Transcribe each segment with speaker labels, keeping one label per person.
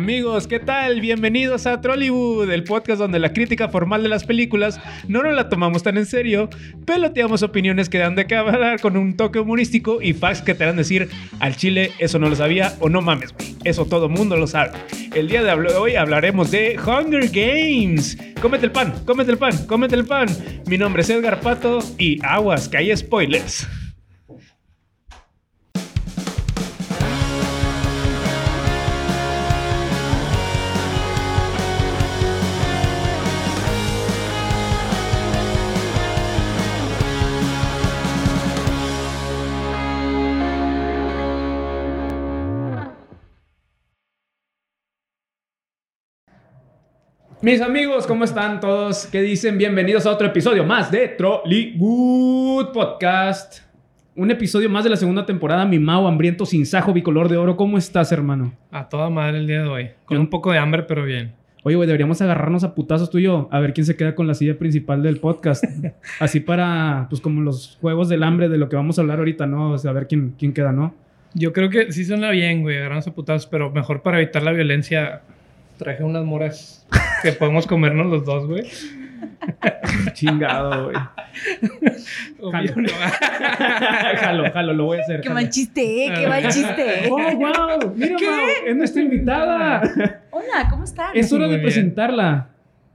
Speaker 1: Amigos, ¿qué tal? Bienvenidos a Trollywood, el podcast donde la crítica formal de las películas no nos la tomamos tan en serio, peloteamos opiniones que dan de qué hablar con un toque humorístico y facts que te harán decir al chile, eso no lo sabía o no mames, güey, eso todo mundo lo sabe. El día de habl- hoy hablaremos de Hunger Games. Cómete el pan, cómete el pan, cómete el pan. Mi nombre es Edgar Pato y aguas, que hay spoilers. Mis amigos, ¿cómo están todos? ¿Qué dicen? Bienvenidos a otro episodio más de Trollywood Podcast. Un episodio más de la segunda temporada, mi Mao hambriento sin sajo bicolor de oro. ¿Cómo estás, hermano?
Speaker 2: A toda madre el día de hoy. Con
Speaker 1: Yo-
Speaker 2: un poco de hambre, pero bien.
Speaker 1: Oye, güey, deberíamos agarrarnos a putazos tú y yo, a ver quién se queda con la silla principal del podcast. Así para, pues como los juegos del hambre de lo que vamos a hablar ahorita, ¿no? O sea, a ver quién, quién queda, ¿no?
Speaker 2: Yo creo que sí suena bien, güey. Agarrarnos a putazos, pero mejor para evitar la violencia, traje unas moras que podemos comernos los dos, güey.
Speaker 1: Chingado, güey. Jalo.
Speaker 2: Obvio, no.
Speaker 1: jalo, jalo, lo voy a hacer.
Speaker 3: Qué
Speaker 1: jalo.
Speaker 3: mal chiste, ¿eh? qué mal chiste.
Speaker 1: ¡Oh, wow! ¡Mira,
Speaker 3: ¿Qué?
Speaker 1: Mao! ¡Es nuestra invitada!
Speaker 3: Hola, ¿cómo están?
Speaker 1: Es hora de
Speaker 2: Muy bien.
Speaker 1: presentarla.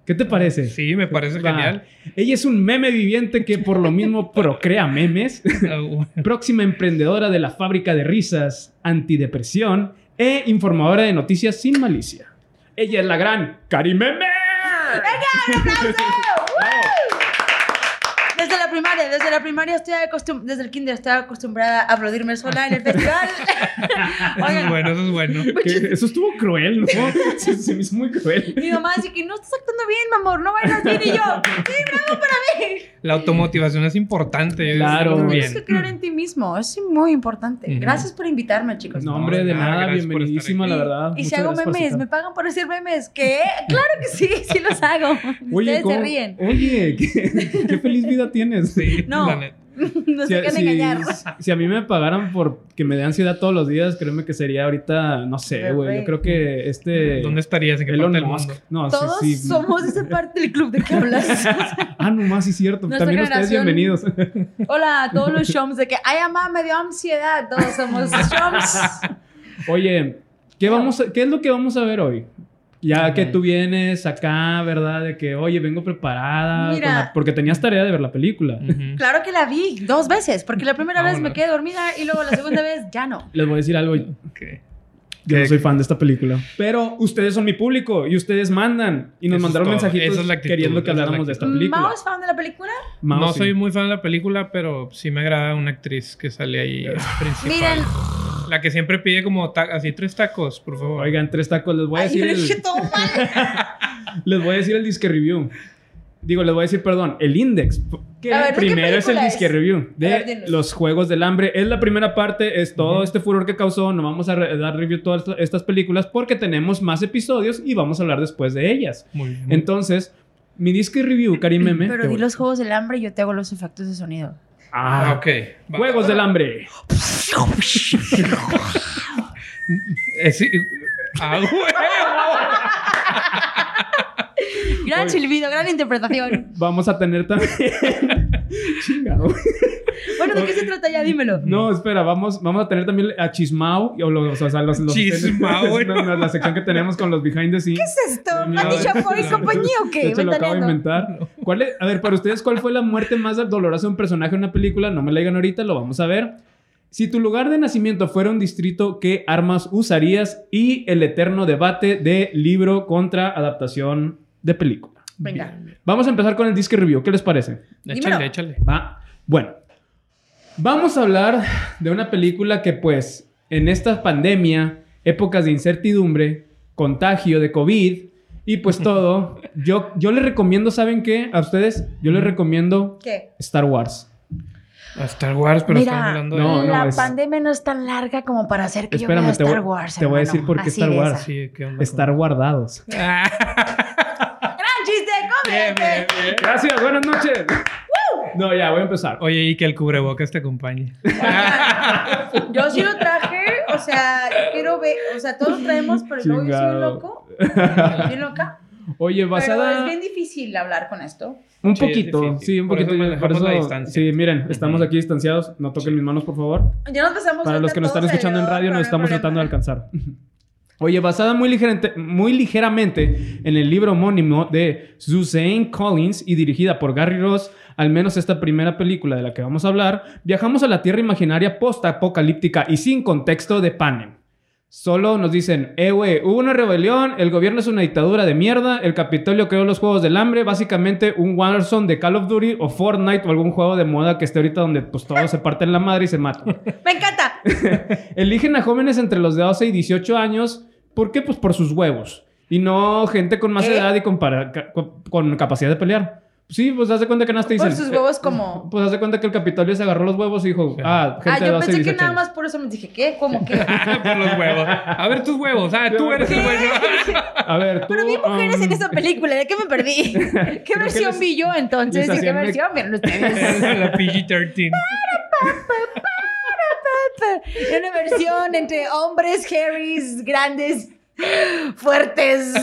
Speaker 1: ¿Qué te parece?
Speaker 2: Sí, me parece
Speaker 1: Va.
Speaker 2: genial.
Speaker 1: Ella es un meme viviente que por lo mismo procrea memes,
Speaker 2: Ah, güey.
Speaker 1: próxima emprendedora de la fábrica de risas, antidepresión e informadora de noticias sin malicia. Ella es la gran Karimeme.
Speaker 3: Desde la primaria, desde la primaria estoy acostumbrada, desde el kinder estoy acostumbrada a aplaudirme sola en el festival.
Speaker 2: Eso es
Speaker 3: Oigan,
Speaker 2: bueno, eso es bueno.
Speaker 1: Que Eso estuvo cruel, ¿no? Se, se me hizo muy cruel.
Speaker 3: mi mamá dice que no estás actuando bien, mi amor, no bailas bien. Y yo, sí, bravo para mí.
Speaker 2: La automotivación es importante. yo
Speaker 1: Claro,
Speaker 2: digo, muy
Speaker 1: güey.
Speaker 3: Tienes
Speaker 2: bien.
Speaker 3: que creer en ti mismo, eso es muy importante.
Speaker 2: Ujú.
Speaker 3: Gracias por invitarme, chicos.
Speaker 1: No, hombre, de
Speaker 2: Pues nada,
Speaker 1: nada,
Speaker 2: gracias por
Speaker 1: bienvenidísima, la
Speaker 3: Y-
Speaker 1: verdad.
Speaker 3: Y, si
Speaker 1: Muchas
Speaker 3: hago
Speaker 1: gracias por
Speaker 3: memes, me
Speaker 1: aceptar.
Speaker 3: pagan por hacer memes. ¿Qué? Claro que sí, sí los hago. Ustedes
Speaker 1: ¿cómo-
Speaker 3: se ríen.
Speaker 1: Oye, qué, qué feliz vida tienes.
Speaker 2: Sí,
Speaker 3: No.
Speaker 2: la neta.
Speaker 3: No se quieran engañar.
Speaker 1: si a mí me pagaran por que me dé ansiedad todos los días, créeme que sería ahorita, no sé,
Speaker 3: Pero,
Speaker 1: güey. Yo
Speaker 3: güey.
Speaker 1: creo que este.
Speaker 2: ¿Dónde estarías? ¿En qué
Speaker 1: Elon
Speaker 2: parte del
Speaker 1: Musk.
Speaker 2: mundo?
Speaker 1: No, sí,
Speaker 3: Todos
Speaker 1: sí.
Speaker 3: somos esa parte del club de que hablas.
Speaker 1: Ah, nomás, sí, cierto.
Speaker 3: Nuestra
Speaker 1: También ustedes
Speaker 3: generación.
Speaker 1: bienvenidos.
Speaker 3: Hola a todos los shoms de que, ay, mamá, me dio ansiedad. Todos somos shoms.
Speaker 1: Oye, ¿qué, vamos a- ¿qué es lo que vamos a ver hoy? Ya que
Speaker 2: Ujú.
Speaker 1: tú vienes acá, ¿verdad? De que, oye, vengo preparada. con
Speaker 3: Mira.
Speaker 1: la- porque tenías tarea de ver la película.
Speaker 2: Ujú.
Speaker 3: Claro que la vi dos veces, porque la primera vez me
Speaker 2: Vámonos.
Speaker 3: quedé dormida y luego la segunda vez ya no.
Speaker 1: Les voy a decir algo. Yo
Speaker 2: Ok.
Speaker 1: no soy fan de esta película. Pero ustedes son mi público y ustedes mandan. Y nos
Speaker 2: Eso es
Speaker 1: mandaron
Speaker 2: todo.
Speaker 1: mensajitos
Speaker 2: Esa es la actitud,
Speaker 1: queriendo que
Speaker 2: esa es la
Speaker 1: habláramos de esta
Speaker 2: actitud.
Speaker 1: película.
Speaker 3: ¿Mao es fan de la película?
Speaker 1: Mao,
Speaker 2: no
Speaker 1: sí.
Speaker 2: soy muy fan de la película, pero sí me agrada una actriz que sale ahí principal.
Speaker 3: Miren.
Speaker 2: La que siempre pide como ta- así tres tacos, por favor.
Speaker 1: Oigan, tres tacos. Les voy a
Speaker 3: Ay,
Speaker 1: decir
Speaker 3: yo le
Speaker 1: el-
Speaker 3: dije todo mal.
Speaker 1: Les voy a decir el disque review. Digo, les voy a decir, perdón, el index. Que
Speaker 3: A ver, ¿de qué
Speaker 1: primero es el
Speaker 3: película
Speaker 1: disque
Speaker 3: es?
Speaker 1: review de
Speaker 3: ver, dinos.
Speaker 1: los Juegos del Hambre. Es la primera parte, es todo
Speaker 2: Ujú.
Speaker 1: este furor que causó. No vamos a re- dar review todas esta- estas películas porque tenemos más episodios y vamos a hablar después de ellas.
Speaker 2: Muy bien.
Speaker 1: Entonces, mi disque review, Karim Meme.
Speaker 3: Pero
Speaker 1: te
Speaker 3: di
Speaker 1: voy-
Speaker 3: los juegos del hambre y yo te hago los efectos de sonido.
Speaker 2: Ah,
Speaker 1: Ah,
Speaker 2: ok. Va.
Speaker 1: Juegos del Hambre.
Speaker 2: Eh, sí. Ah, huevo.
Speaker 3: Gran
Speaker 1: Oye.
Speaker 3: silbido, gran interpretación.
Speaker 1: Vamos a tener también. Chingado.
Speaker 3: Bueno, ¿de qué se trata ya? Dímelo.
Speaker 1: No, espera, vamos, vamos a tener también a Chismao. O los, o sea, los, los-
Speaker 2: Chismao,
Speaker 1: es la, la sección que tenemos con los behind the scenes.
Speaker 3: ¿Qué es esto?
Speaker 1: No,
Speaker 3: ¿Pati Chapoy y
Speaker 2: no.
Speaker 3: compañía o
Speaker 1: De
Speaker 3: qué?
Speaker 1: hecho, lo acabo de
Speaker 3: Ventaneando.
Speaker 1: inventar. ¿Cuál es- a ver, para ustedes, ¿cuál fue la muerte más dolorosa de un personaje en una película? No me la digan ahorita, lo vamos a ver. Si tu lugar de nacimiento fuera un distrito, ¿qué armas usarías? Y el eterno debate de libro contra adaptación de película.
Speaker 3: Venga.
Speaker 1: Vamos a empezar con el disque review. ¿Qué les parece?
Speaker 3: Dímelo.
Speaker 2: Échale, échale.
Speaker 1: Va. Bueno, vamos a hablar de una película que, pues, en esta pandemia, épocas de incertidumbre, contagio de COVID y pues todo, yo, yo les recomiendo, ¿saben qué? A ustedes, yo les recomiendo
Speaker 3: ¿Qué?
Speaker 1: Star Wars.
Speaker 2: A Star Wars, pero
Speaker 3: Mira,
Speaker 2: estamos hablando de.
Speaker 1: No,
Speaker 3: la
Speaker 1: es-
Speaker 3: pandemia no es tan larga como para hacer que
Speaker 1: Espérame,
Speaker 3: yo
Speaker 1: te
Speaker 3: vea Star
Speaker 1: voy-
Speaker 3: Wars.
Speaker 1: te voy a
Speaker 3: hermano.
Speaker 1: decir por qué
Speaker 3: Así
Speaker 1: Star
Speaker 3: de
Speaker 1: Wars.
Speaker 3: esa.
Speaker 2: Sí, ¿qué onda con-
Speaker 1: Estar guardados.
Speaker 2: Ah.
Speaker 3: Gran chiste,
Speaker 2: Bien, bien,
Speaker 3: cómete.
Speaker 2: bien.
Speaker 1: Gracias, buenas noches. No, ya, voy a empezar.
Speaker 2: Oye, y que el cubrebocas te acompañe.
Speaker 3: Yo sí lo traje, o sea, quiero ver, o sea, todos traemos, pero luego yo soy un
Speaker 4: Chingado.
Speaker 3: loco, bien loca.
Speaker 4: Oye,
Speaker 3: Pero
Speaker 4: basada
Speaker 3: es bien difícil hablar con esto.
Speaker 4: un
Speaker 2: Sí, es
Speaker 4: poquito,
Speaker 2: difícil.
Speaker 4: sí, un
Speaker 2: Por eso
Speaker 4: poquito.
Speaker 2: manejamos la distancia.
Speaker 4: sí, miren, estamos
Speaker 2: Ujú.
Speaker 4: aquí distanciados. No toquen mis manos, por favor.
Speaker 3: Ya nos pasamos
Speaker 4: Para los que nos están escuchando en radio, nos estamos tratando de alcanzar. Oye, basada muy, ligeramente, muy ligeramente en el libro homónimo de Suzanne Collins y dirigida por Gary Ross, al menos esta primera película de la que vamos a hablar, viajamos a la tierra imaginaria post-apocalíptica y sin contexto de Panem. Solo nos dicen, eh, güey, hubo una rebelión, el gobierno es una dictadura de mierda, el Capitolio creó los Juegos del Hambre, básicamente un Warzone de Call of Duty o Fortnite o algún juego de moda que esté ahorita donde pues todos se parten la madre y se matan.
Speaker 3: Me encanta.
Speaker 4: Eligen a jóvenes entre los de 12 y 18 años. ¿Por qué? Pues por sus huevos. Y no gente con más
Speaker 3: ¿Qué?
Speaker 4: edad y con, para- ca- con- con capacidad de pelear. Sí, pues haz de cuenta que nada te dicen.
Speaker 3: Por sus huevos como...
Speaker 4: Pues haz de cuenta que el Capitolio se agarró los huevos y dijo,
Speaker 2: Sí.
Speaker 4: ah,
Speaker 3: Ah,
Speaker 4: gente de
Speaker 3: yo
Speaker 4: 12 y
Speaker 3: pensé que
Speaker 4: 18
Speaker 3: nada
Speaker 4: años.
Speaker 3: más por eso me dije, ¿qué? ¿Cómo qué?
Speaker 2: Por los huevos. A ver tus huevos. Ah, tú eres el bueno.
Speaker 4: A ver, tú.
Speaker 3: Pero vi mujeres en
Speaker 4: um,
Speaker 3: esa película, ¿de qué me perdí? ¿Qué versión
Speaker 4: les-
Speaker 3: vi yo entonces?
Speaker 4: les
Speaker 3: ¿Y qué
Speaker 4: hacían
Speaker 3: versión vieron ustedes?
Speaker 2: Eres de la PG-13.
Speaker 3: Era una versión entre hombres, Harrys, grandes, fuertes,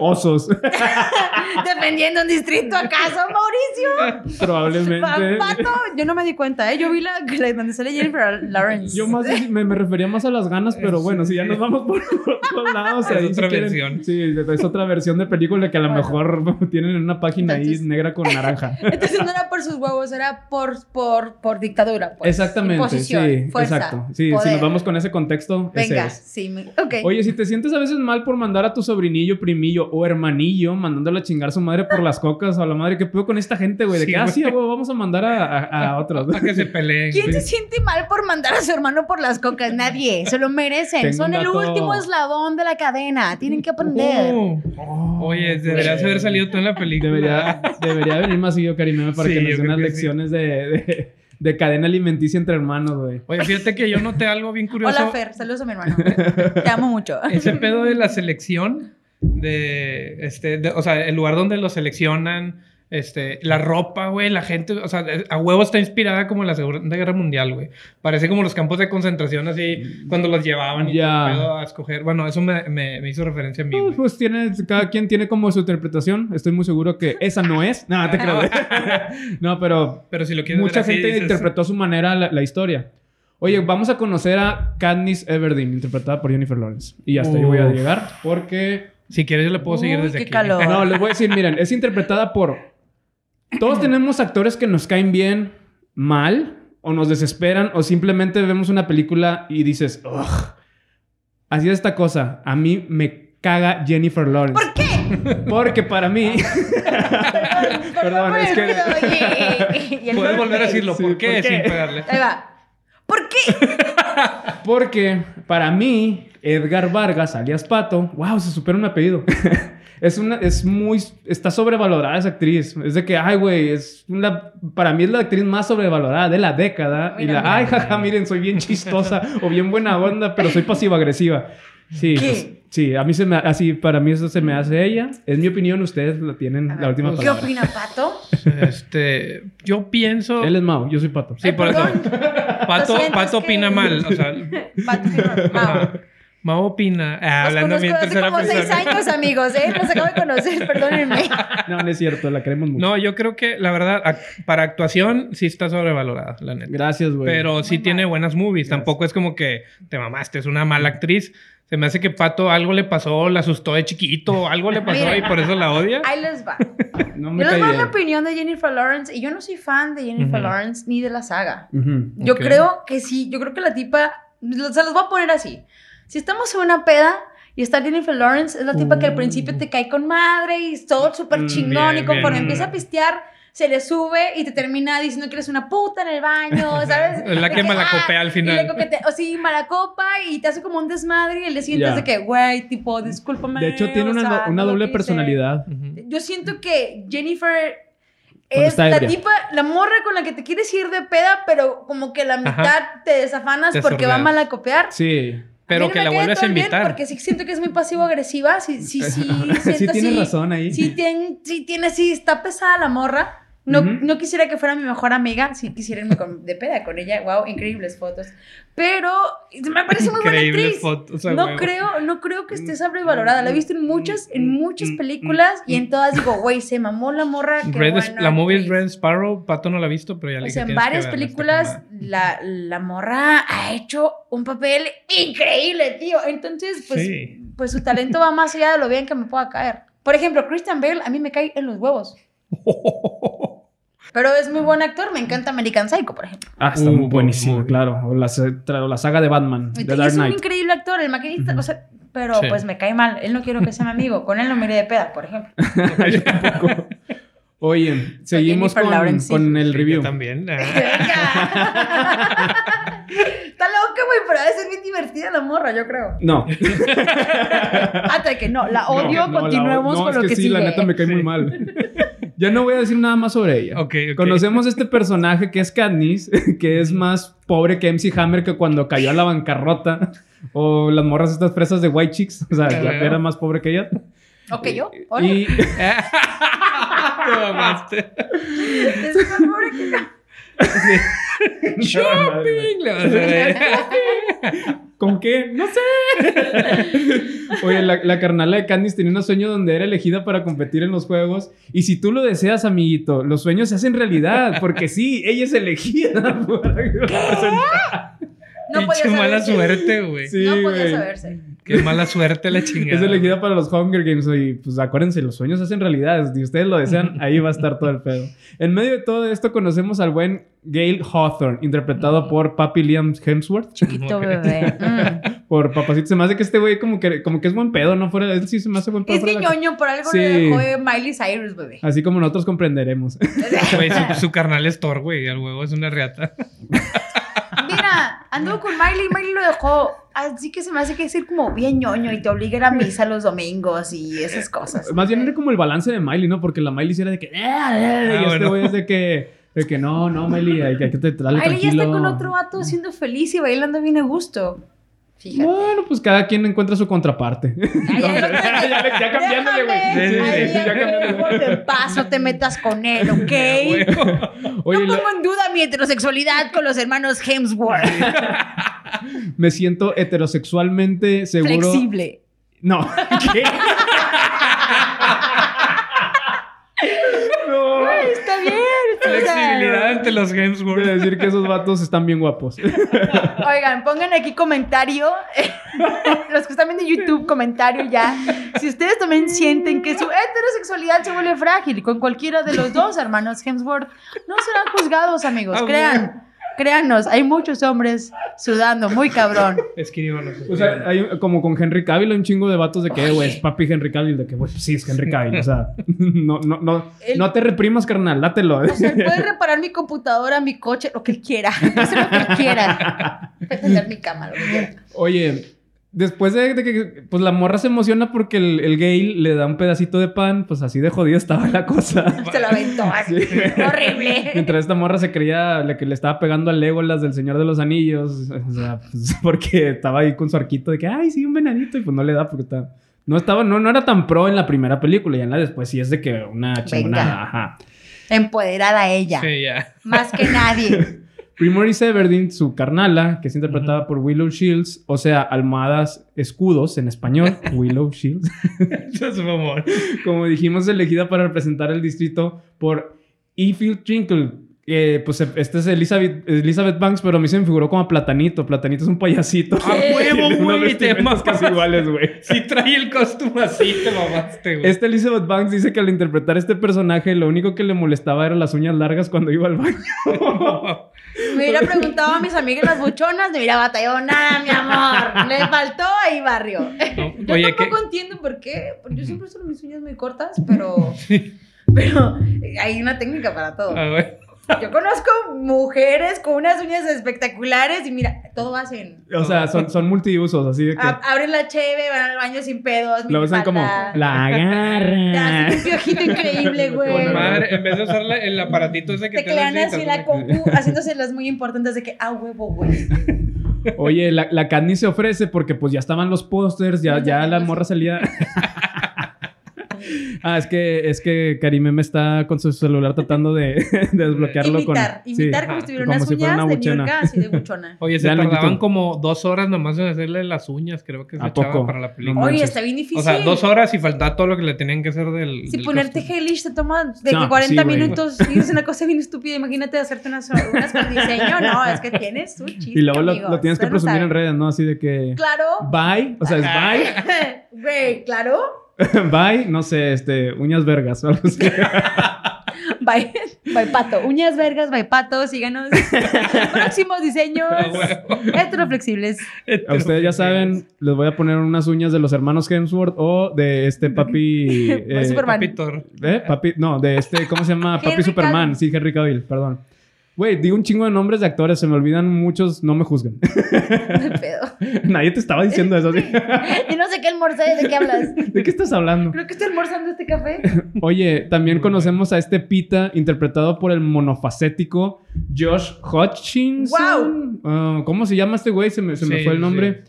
Speaker 4: Osos.
Speaker 3: defendiendo un distrito acaso, Mauricio.
Speaker 4: Probablemente.
Speaker 3: Pato, yo no me di cuenta, ¿eh? Yo vi la, la donde sale Jennifer Lawrence.
Speaker 4: Yo más me, me refería más a las ganas, pero bueno, si ya nos vamos por otros lados.
Speaker 2: Es
Speaker 4: ahí si
Speaker 2: otra
Speaker 4: quieren-
Speaker 2: versión.
Speaker 4: Sí, es otra versión de película que a lo
Speaker 3: Bueno.
Speaker 4: mejor tienen en una página
Speaker 3: Entonces-
Speaker 4: ahí negra con naranja.
Speaker 3: Entonces no era por sus huevos, era por, por, por dictadura. Pues.
Speaker 4: Exactamente,
Speaker 3: Imposición,
Speaker 4: sí,
Speaker 3: fuerza,
Speaker 4: exacto. Sí, si
Speaker 3: poder.
Speaker 4: nos vamos con ese contexto, ese
Speaker 3: Venga,
Speaker 4: es.
Speaker 3: sí, me- ok.
Speaker 4: Oye, si te sientes a veces mal por mandar a tu sobrinillo, primillo o hermanillo, mandándole a chingar a su madre por las cocas o a la madre, ¿qué puedo con esta gente, güey? De
Speaker 2: Sí,
Speaker 4: que, ah,
Speaker 2: güey.
Speaker 4: sí, güey, vamos a mandar a, a- a otros.
Speaker 2: Para que se peleen.
Speaker 3: ¿Quién
Speaker 2: güey.
Speaker 3: se siente mal por mandar a su hermano por las cocas? Nadie, se lo merecen.
Speaker 4: Tengo
Speaker 3: Son
Speaker 4: un
Speaker 3: el
Speaker 4: dato.
Speaker 3: último eslabón de la cadena, tienen que aprender.
Speaker 2: Uh, Oye, deberías haber salido tú en la película.
Speaker 4: Debería, debería venir más seguido, Karimeme, para
Speaker 2: Sí,
Speaker 4: que nos
Speaker 2: yo creo
Speaker 4: den unas
Speaker 2: que sí.
Speaker 4: lecciones de, de- de cadena alimenticia entre hermanos, güey.
Speaker 2: Oye, fíjate que yo noté algo bien curioso.
Speaker 3: Hola Fer, saludos a mi hermano. Te amo mucho.
Speaker 2: Ese pedo de la selección, de, este, de- o sea, el lugar donde lo seleccionan, este, la ropa, güey, la gente, o sea, a huevo está inspirada como en la Segunda Guerra Mundial, güey. Parece como los campos de concentración, así, cuando los llevaban y
Speaker 4: Ya.
Speaker 2: todo el pedo a escoger. Bueno, eso me, me- me hizo referencia a mí,
Speaker 4: Pues,
Speaker 2: güey.
Speaker 4: pues tiene, cada quien tiene como su interpretación. Estoy muy seguro que esa no es. No, te creo. No, pero
Speaker 2: Pero si lo quieres
Speaker 4: Mucha
Speaker 2: ver así,
Speaker 4: gente
Speaker 2: dices,
Speaker 4: interpretó a su manera la, la historia. Oye, vamos a conocer a Katniss Everdeen, interpretada por Jennifer Lawrence. Y hasta ahí voy a
Speaker 2: Uf.
Speaker 4: llegar porque...
Speaker 2: Si quieres, yo le puedo seguir
Speaker 3: Uy,
Speaker 2: desde
Speaker 3: qué
Speaker 2: aquí.
Speaker 3: calor.
Speaker 4: No, les voy a decir, miren, es interpretada por... Todos tenemos actores que nos caen bien, mal, o nos desesperan, o simplemente vemos una película y dices, "Ugh, así es esta cosa. A mí me caga Jennifer Lawrence.
Speaker 3: ¿Por qué?
Speaker 4: Porque para mí...
Speaker 3: Perdón,
Speaker 4: Perdón,
Speaker 3: por
Speaker 4: es
Speaker 3: el
Speaker 4: que-
Speaker 3: ruido, oye. Y el
Speaker 2: Puedes volver a
Speaker 3: golpe.
Speaker 2: decirlo,
Speaker 4: Sí,
Speaker 2: ¿por qué?
Speaker 4: ¿por qué?
Speaker 2: Sin pegarle.
Speaker 3: Ahí va. ¿Por qué?
Speaker 4: Porque para mí, Edgar Vargas, alias Pato, wow, se supera un apellido. es una, es muy, está sobrevalorada esa actriz. Es de que, ay, güey, es una, para mí es la actriz más sobrevalorada de la década. y
Speaker 3: Mira,
Speaker 4: la,
Speaker 3: mira,
Speaker 4: ay, jaja, miren, soy bien chistosa o bien buena onda, pero soy pasivo-agresiva. Sí,
Speaker 3: ¿Qué?
Speaker 4: pues, sí, a mí se me, así, para mí eso se me hace ella. Es mi opinión, ustedes la tienen,
Speaker 3: A ver, pues,
Speaker 4: la última
Speaker 3: ¿Qué
Speaker 4: palabra.
Speaker 3: opina Pato?
Speaker 2: Este, yo pienso...
Speaker 4: Él es Mao, yo soy Pato.
Speaker 2: Sí,
Speaker 3: Ay,
Speaker 2: por eso.
Speaker 3: perdón.
Speaker 2: Pato,
Speaker 3: Lo siento,
Speaker 2: Pato
Speaker 3: es que-
Speaker 2: opina mal, o sea...
Speaker 3: Pato, no, Mau.
Speaker 2: Ajá. Mau opina. Ah,
Speaker 3: Los
Speaker 2: hablando bien
Speaker 3: conozco hace
Speaker 2: tercera
Speaker 3: como seis
Speaker 2: persona.
Speaker 3: años, amigos, ¿eh? Los acabo de conocer, perdónenme.
Speaker 4: No, no es cierto, la queremos mucho.
Speaker 2: No, yo creo que la verdad, ac- para actuación sí está sobrevalorada, la neta.
Speaker 4: Gracias, güey.
Speaker 2: Pero sí
Speaker 3: Muy
Speaker 2: tiene
Speaker 3: mal.
Speaker 2: buenas movies. Tampoco es como que te mamaste, es una mala actriz. Se me hace que Pato algo le pasó, la asustó de chiquito, algo le pasó
Speaker 3: Mira.
Speaker 2: y por eso la odia.
Speaker 3: Ahí les va.
Speaker 4: no
Speaker 3: Yo
Speaker 4: me
Speaker 3: les
Speaker 4: cae
Speaker 3: voy a dar mi
Speaker 4: bien.
Speaker 3: opinión de Jennifer Lawrence y yo no soy fan de Jennifer
Speaker 2: Ujú.
Speaker 3: Lawrence ni de la saga.
Speaker 4: Ujú.
Speaker 3: Yo
Speaker 2: Ok.
Speaker 3: creo que sí, yo creo que la tipa, lo- se los voy a poner así. Si estamos en una peda y está Jennifer Lawrence, es la tipa que al principio te cae con madre y es todo súper
Speaker 4: Mm,
Speaker 3: chingón
Speaker 2: Uh. bien,
Speaker 3: y conforme
Speaker 2: bien.
Speaker 3: empieza a pistear, se le sube y te termina diciendo que eres una puta en el baño, ¿sabes?
Speaker 2: Es la
Speaker 3: De
Speaker 2: que malacopea
Speaker 3: "Ah",
Speaker 2: al
Speaker 3: Y
Speaker 2: final.
Speaker 3: luego que te, o sí, malacopa y te hace como un desmadre y el día siguiente
Speaker 4: Ya.
Speaker 3: es de que, güey, tipo, discúlpame.
Speaker 4: De hecho, tiene
Speaker 3: o
Speaker 4: una,
Speaker 3: sea,
Speaker 4: do- una
Speaker 3: no lo
Speaker 4: doble
Speaker 3: quise".
Speaker 4: personalidad.
Speaker 2: Ujú.
Speaker 3: Yo siento que Jennifer
Speaker 4: Cuando
Speaker 3: es
Speaker 4: está
Speaker 3: la
Speaker 4: ebria.
Speaker 3: tipa, la morra con la que te quieres ir de peda, pero como que la mitad te desafanas
Speaker 2: Te
Speaker 3: porque va
Speaker 2: sordeas.
Speaker 3: mal a copiar.
Speaker 4: Sí.
Speaker 2: Pero que la vuelves a invitar.
Speaker 3: Porque sí siento que es muy pasivo-agresiva. Sí, sí, sí.
Speaker 4: Sí,
Speaker 3: siento
Speaker 4: tienes
Speaker 3: así-
Speaker 4: razón ahí.
Speaker 3: Sí, tiene, sí, tiene, sí, está pesada la morra. No,
Speaker 4: Ujú.
Speaker 3: no quisiera que fuera mi mejor amiga, sí quisiera irme con- de peda con ella, wow, increíbles fotos. Pero me parece muy buena
Speaker 2: Increíbles
Speaker 3: actriz.
Speaker 2: fotos. a
Speaker 3: No
Speaker 2: huevo. Mm,
Speaker 3: creo, no creo que esté sobrevalorada. La he visto en muchas, en muchas películas y en todas digo, güey, se mamó la morra. qué
Speaker 2: mm. Red-
Speaker 3: buena
Speaker 2: la movie es
Speaker 3: actriz".
Speaker 2: Red Sparrow, Pato no la ha visto, pero ya le
Speaker 3: O
Speaker 2: dije
Speaker 3: sea, en
Speaker 2: "Tienes que
Speaker 3: varias
Speaker 2: verla, está
Speaker 3: películas
Speaker 2: con
Speaker 3: la, la morra ha hecho un papel increíble, tío. Entonces, pues,
Speaker 2: Sí.
Speaker 3: pues su talento va más allá de lo bien que me pueda caer. Por ejemplo, Christian Bale a mí me cae en los huevos,
Speaker 2: madre.
Speaker 3: pero es muy buen actor. Me encanta American Psycho, por ejemplo.
Speaker 4: Ah, está
Speaker 2: Uh,
Speaker 4: muy buenísimo,
Speaker 2: muy-
Speaker 4: claro. O la, sa- tra- o la saga de Batman,
Speaker 3: Y
Speaker 4: The Dark
Speaker 3: es un
Speaker 4: Knight.
Speaker 3: increíble actor, el maquinista,
Speaker 4: Ujú.
Speaker 3: o sea, pero
Speaker 2: Sí.
Speaker 3: pues me cae mal. Él no quiero que sea mi amigo. Con él no me iré de peda, por ejemplo.
Speaker 4: Yo tampoco. Oye, seguimos
Speaker 3: Jennifer
Speaker 4: con,
Speaker 3: Lawrence, sí.
Speaker 4: con el
Speaker 2: Sí,
Speaker 4: review.
Speaker 2: yo también. ah.
Speaker 3: Venga. Está loca, güey, pero debe ser bien divertida la morra, yo creo.
Speaker 4: No.
Speaker 3: Hasta que no, la
Speaker 4: No,
Speaker 3: odio,
Speaker 4: no, la-
Speaker 3: continuemos
Speaker 4: no,
Speaker 3: con
Speaker 4: es
Speaker 3: lo que,
Speaker 4: sí,
Speaker 3: sigue.
Speaker 4: la neta me cae muy mal. ya no voy a decir nada más sobre ella.
Speaker 2: Ok, ok.
Speaker 4: Conocemos este personaje que es Katniss, que es más pobre que MC Hammer que cuando cayó a la bancarrota. O las morras estas fresas de White Chicks. O sea,
Speaker 2: Ya
Speaker 4: la
Speaker 2: veo.
Speaker 4: que era más pobre que ella.
Speaker 3: Ok, yo.
Speaker 4: Y
Speaker 2: Te mamaste. Shopping. le vas a ver.
Speaker 4: ¿Con qué? No sé. Oye, la, la carnala de Candice tenía un sueño donde era elegida para competir en los juegos. Y si tú lo deseas, amiguito, los sueños se hacen realidad. Porque sí, ella es elegida. para representar.
Speaker 3: No podía
Speaker 2: Pinche mala
Speaker 3: saberse.
Speaker 2: suerte, güey.
Speaker 4: Sí,
Speaker 3: no podía
Speaker 4: güey.
Speaker 3: saberse.
Speaker 2: Qué mala suerte la chingada.
Speaker 4: Es elegida para los Hunger Games. Y pues acuérdense, los sueños se hacen realidad. Si ustedes lo desean, ahí va a estar todo el pedo. En medio de todo esto, conocemos al buen Gail Hawthorne, interpretado por Papi Liam Hemsworth.
Speaker 3: Chiquito
Speaker 2: Ok.
Speaker 3: bebé. Mm.
Speaker 4: Por papacito. Se me hace que este güey como que, como que es buen pedo, ¿no? Fuera, él sí se me hace buen pedo.
Speaker 3: Es
Speaker 4: fuera
Speaker 3: que
Speaker 4: de la-
Speaker 3: ñoño, por algo
Speaker 4: Sí. Ah,
Speaker 3: le dejó de Miley Cyrus, bebé.
Speaker 4: Así como nosotros comprenderemos.
Speaker 2: Güey, su, su carnal es Thor, güey. Al huevo es una reata.
Speaker 3: Mira, anduvo con Miley, Miley lo dejó. Así que se me hace que decir como bien ñoño y te obliga a ir a misa los domingos y esas cosas.
Speaker 4: Más bien era como el balance de Miley, ¿no? Porque la Miley sí era de que. "Eh, eh", y este
Speaker 2: bueno.
Speaker 4: güey es de que. De que no, no, Miley, hay que, hay que te- dale
Speaker 3: Miley ya
Speaker 4: tranquilo.
Speaker 3: está con otro vato siendo feliz y bailando bien a gusto. Fíjate.
Speaker 4: Bueno, pues cada quien encuentra su contraparte.
Speaker 3: Ay, ay, ay,
Speaker 4: ya,
Speaker 3: ay,
Speaker 4: le- ya cambiándole, güey.
Speaker 3: déjame,
Speaker 2: Sí, sí,
Speaker 3: ay,
Speaker 2: sí,
Speaker 3: ya
Speaker 4: ya cambiándole.
Speaker 3: luego de paso te metas con él, ¿ok?
Speaker 4: Oye,
Speaker 3: no
Speaker 4: la-
Speaker 3: pongo en duda mi heterosexualidad con los hermanos Hemsworth.
Speaker 4: me siento heterosexualmente seguro.
Speaker 3: Flexible.
Speaker 4: No. ¿Qué? no.
Speaker 3: Está bien. está bien.
Speaker 2: Flexibilidad ante los Games
Speaker 4: Voy a
Speaker 2: World.
Speaker 4: decir que esos vatos están bien guapos.
Speaker 3: Oigan, pongan aquí comentario. Los que están viendo YouTube, comentario ya. Si ustedes también sienten que su heterosexualidad se vuelve frágil con cualquiera de los dos hermanos Hemsworth, no serán juzgados, amigos.
Speaker 2: Ah,
Speaker 3: Crean. Créanos, hay muchos hombres sudando, muy cabrón.
Speaker 2: Escribanos.
Speaker 4: O sea, hay como con Henry Cavill hay un chingo de vatos de que, "Eh, güey, es papi Henry Cavill, de que, güey, pues sí, es Henry Cavill, o sea, no, no, no,
Speaker 3: El-
Speaker 4: no te reprimas, carnal, dátelo.
Speaker 3: O sea, él puede reparar mi computadora, mi coche, lo que él quiera. Hacer lo que él quiera. Puede tener mi cama, lo que quiera.
Speaker 4: Oye, después de, de que, pues la morra se emociona porque el, el gay le da un pedacito de pan, pues así de jodida estaba la cosa.
Speaker 3: Se lo aventó así. Horrible.
Speaker 4: Mientras esta morra se creía la que le estaba pegando al Legolas del Señor de los Anillos, o sea, pues, porque estaba ahí con su arquito de que, ay, sí, un venadito, y pues no le da porque está... No estaba, no, no era tan pro en la primera película, y en la después sí es de que una chingonada, ajá.
Speaker 3: Empoderada ella.
Speaker 2: Sí, ya.
Speaker 3: Más que nadie.
Speaker 4: Primoris Everdeen, su carnala, que es interpretada por Willow Shields, o sea, almohadas escudos en español, Willow Shields,
Speaker 2: Eso es un amor.
Speaker 4: como dijimos, elegida para representar el distrito por Efield Trinkle. Eh, pues esta es Elizabeth, Elizabeth Banks, pero a mí se me figuró como a Platanito. Platanito es un payasito.
Speaker 2: ¡A huevo,
Speaker 4: Tiene unos
Speaker 2: güey! Te
Speaker 4: vestimentas casi
Speaker 2: mamaste.
Speaker 4: iguales, güey.
Speaker 2: Si trae el costume así, te mamaste, güey.
Speaker 4: Esta Este Elizabeth Banks dice que al interpretar este personaje, lo único que le molestaba eran las uñas largas cuando iba al baño.
Speaker 3: Me hubiera preguntado a mis amigas las buchonas, me hubiera batallado nada, mi amor. Le faltó ahí barrio. Yo
Speaker 2: Oye, ¿qué?
Speaker 3: tampoco entiendo por qué. porque Yo siempre uso mis uñas muy cortas, pero. Pero hay una técnica para todo.
Speaker 2: A ver.
Speaker 3: Yo conozco mujeres con unas uñas espectaculares y mira, todo hacen.
Speaker 4: O sea, son, son multiusos, así de que
Speaker 3: A- abren la cheve, van al baño sin pedos.
Speaker 4: lo usan como
Speaker 3: minifalda.
Speaker 4: la
Speaker 3: Te hacen un
Speaker 4: agarra.
Speaker 3: piojito increíble,
Speaker 2: Con
Speaker 3: güey.
Speaker 2: madre, en vez de usar la- el aparatito ese que te
Speaker 3: Teclean
Speaker 2: dan
Speaker 3: así la compu, haciéndose las muy importantes de que, ah, huevo, güey.
Speaker 4: Oye, la, la Katniss se ofrece porque pues ya estaban los pósters, ya, ya la morra salía. Ah, es que, es que Karime me está con su celular tratando de, de desbloquearlo
Speaker 3: imitar,
Speaker 4: con... sí.
Speaker 3: imitar como
Speaker 2: ajá,
Speaker 3: si tuviera
Speaker 4: como
Speaker 3: unas
Speaker 4: si fuera
Speaker 3: uñas
Speaker 4: una
Speaker 3: de New
Speaker 4: buchona.
Speaker 3: York, así de buchona.
Speaker 2: Oye, se
Speaker 4: Veanlo en
Speaker 2: tardaban
Speaker 4: YouTube.
Speaker 2: como dos horas nomás en hacerle las uñas, creo que se
Speaker 4: ¿A
Speaker 2: echaba
Speaker 4: poco?
Speaker 2: para la
Speaker 4: No
Speaker 2: película.
Speaker 3: Oye,
Speaker 4: manches.
Speaker 3: está bien difícil.
Speaker 2: o sea, dos horas y faltaba todo lo que le tenían que hacer del.
Speaker 3: Si
Speaker 2: del
Speaker 3: ponerte
Speaker 2: costume.
Speaker 3: gelish te toma de
Speaker 4: No, pues
Speaker 3: que 40
Speaker 4: sí, güey.
Speaker 3: minutos y es una cosa bien estúpida. Imagínate hacerte unas unas con diseño. No, es que tienes su chiste.
Speaker 4: Y luego lo,
Speaker 3: amigo.
Speaker 4: lo tienes que
Speaker 3: Ustedes lo
Speaker 4: presumir en
Speaker 3: saben.
Speaker 4: redes, ¿no? Así de que...
Speaker 3: Claro.
Speaker 4: Bye, o sea, es bye,
Speaker 3: Güey, claro.
Speaker 4: bye, no sé, este, uñas vergas o algo así.
Speaker 3: Bye. Bye, pato. Uñas vergas, bye, pato. Síganos. Próximos diseños. Heteroflexibles.
Speaker 4: A ustedes ya saben, les voy a poner unas uñas de los hermanos Hemsworth o de este papi... eh,
Speaker 3: Superman.
Speaker 2: Capítulo.
Speaker 4: ¿Eh? Papi, no, de este, ¿cómo se llama? Papi
Speaker 3: Henry
Speaker 4: Superman,
Speaker 3: Cavill.
Speaker 4: sí, Henry Cavill, perdón. Güey, digo un chingo de nombres de actores, se me olvidan muchos, no me juzguen.
Speaker 3: No hay pedo.
Speaker 4: Nadie te estaba diciendo eso, ¿sí?
Speaker 3: Y no sé qué almorzé, ¿de qué hablas?
Speaker 4: ¿De qué estás hablando?
Speaker 3: Creo que estoy almorzando este café.
Speaker 4: Oye, también conocemos a este Pita, interpretado por el monofacético Josh Hutchinson. Ah, ¿Cómo se llama este güey? Se me, se me
Speaker 2: Sí,
Speaker 4: fue el
Speaker 2: sí.
Speaker 4: nombre.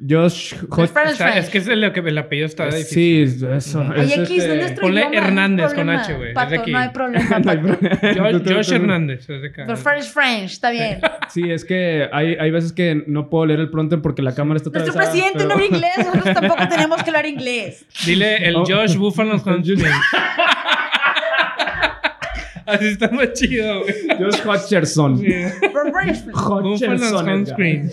Speaker 4: Josh
Speaker 3: Fran-
Speaker 4: Hutchinson.
Speaker 2: O sea, es que es el, que el apellido está difícil.
Speaker 4: Sí, eso.
Speaker 2: Ujú.
Speaker 4: es
Speaker 3: Ay, aquí es
Speaker 4: este-
Speaker 3: nuestro
Speaker 2: Ponle
Speaker 3: idioma, no hay
Speaker 2: Hernández con
Speaker 3: problema.
Speaker 2: H, güey, es de
Speaker 3: Pato,
Speaker 2: aquí.
Speaker 3: no hay problema,
Speaker 4: No hay
Speaker 3: pato.
Speaker 2: Jo-
Speaker 4: problema.
Speaker 2: Josh Hernández. es de acá.
Speaker 3: Pero French French, está bien.
Speaker 4: Sí, es que hay, hay veces que no puedo leer el prompter porque la cámara está
Speaker 3: Nuestro
Speaker 4: atravesada,
Speaker 3: presidente
Speaker 4: pero-
Speaker 3: no habla inglés, nosotros tampoco tenemos que hablar inglés.
Speaker 2: Dile el
Speaker 4: Oh.
Speaker 2: Josh Buffalo Huntsman.
Speaker 4: Josh-
Speaker 2: Así está más chido, güey.
Speaker 4: Josh Hutcherson.
Speaker 3: Pero French French.
Speaker 2: Buffalo
Speaker 4: Hutcherson. Edgar.
Speaker 2: Sunscreen.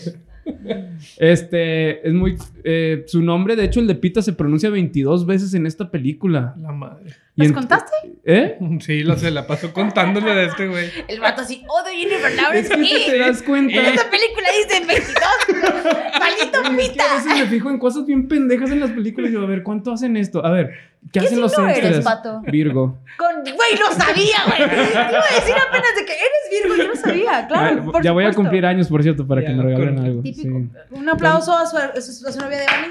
Speaker 4: Este, es muy... eh, su nombre, de hecho, el de Pita se pronuncia 22 veces en esta película.
Speaker 2: La madre.
Speaker 4: Y
Speaker 3: ¿Las
Speaker 4: en-
Speaker 3: contaste?
Speaker 4: ¿Eh?
Speaker 2: Sí, lo se la pasó contándole de este, güey.
Speaker 3: El vato así, "Oh, odio Jennifer Lawrence
Speaker 4: Es que te
Speaker 3: aquí.
Speaker 4: das cuenta.
Speaker 3: En esta película dicen 22. Malito
Speaker 4: Que a veces
Speaker 3: pita.
Speaker 4: me fijo en cosas bien pendejas en las películas y digo, a ver, ¿cuánto hacen esto? A ver, ¿qué,
Speaker 3: ¿Qué
Speaker 4: hacen los
Speaker 3: signo eres,
Speaker 4: extras?
Speaker 3: pato?
Speaker 4: Virgo.
Speaker 3: Con, güey, lo sabía, güey. Te Iba a decir apenas de que eres Virgo, yo lo sabía,
Speaker 4: Ah,
Speaker 3: claro. por
Speaker 4: ya voy a
Speaker 3: supuesto.
Speaker 4: cumplir años, por cierto, para
Speaker 2: Ya,
Speaker 4: que me regalen
Speaker 2: con-
Speaker 4: algo.
Speaker 3: Típico.
Speaker 4: Sí.
Speaker 3: Un aplauso a su, a su- a su novia Devani.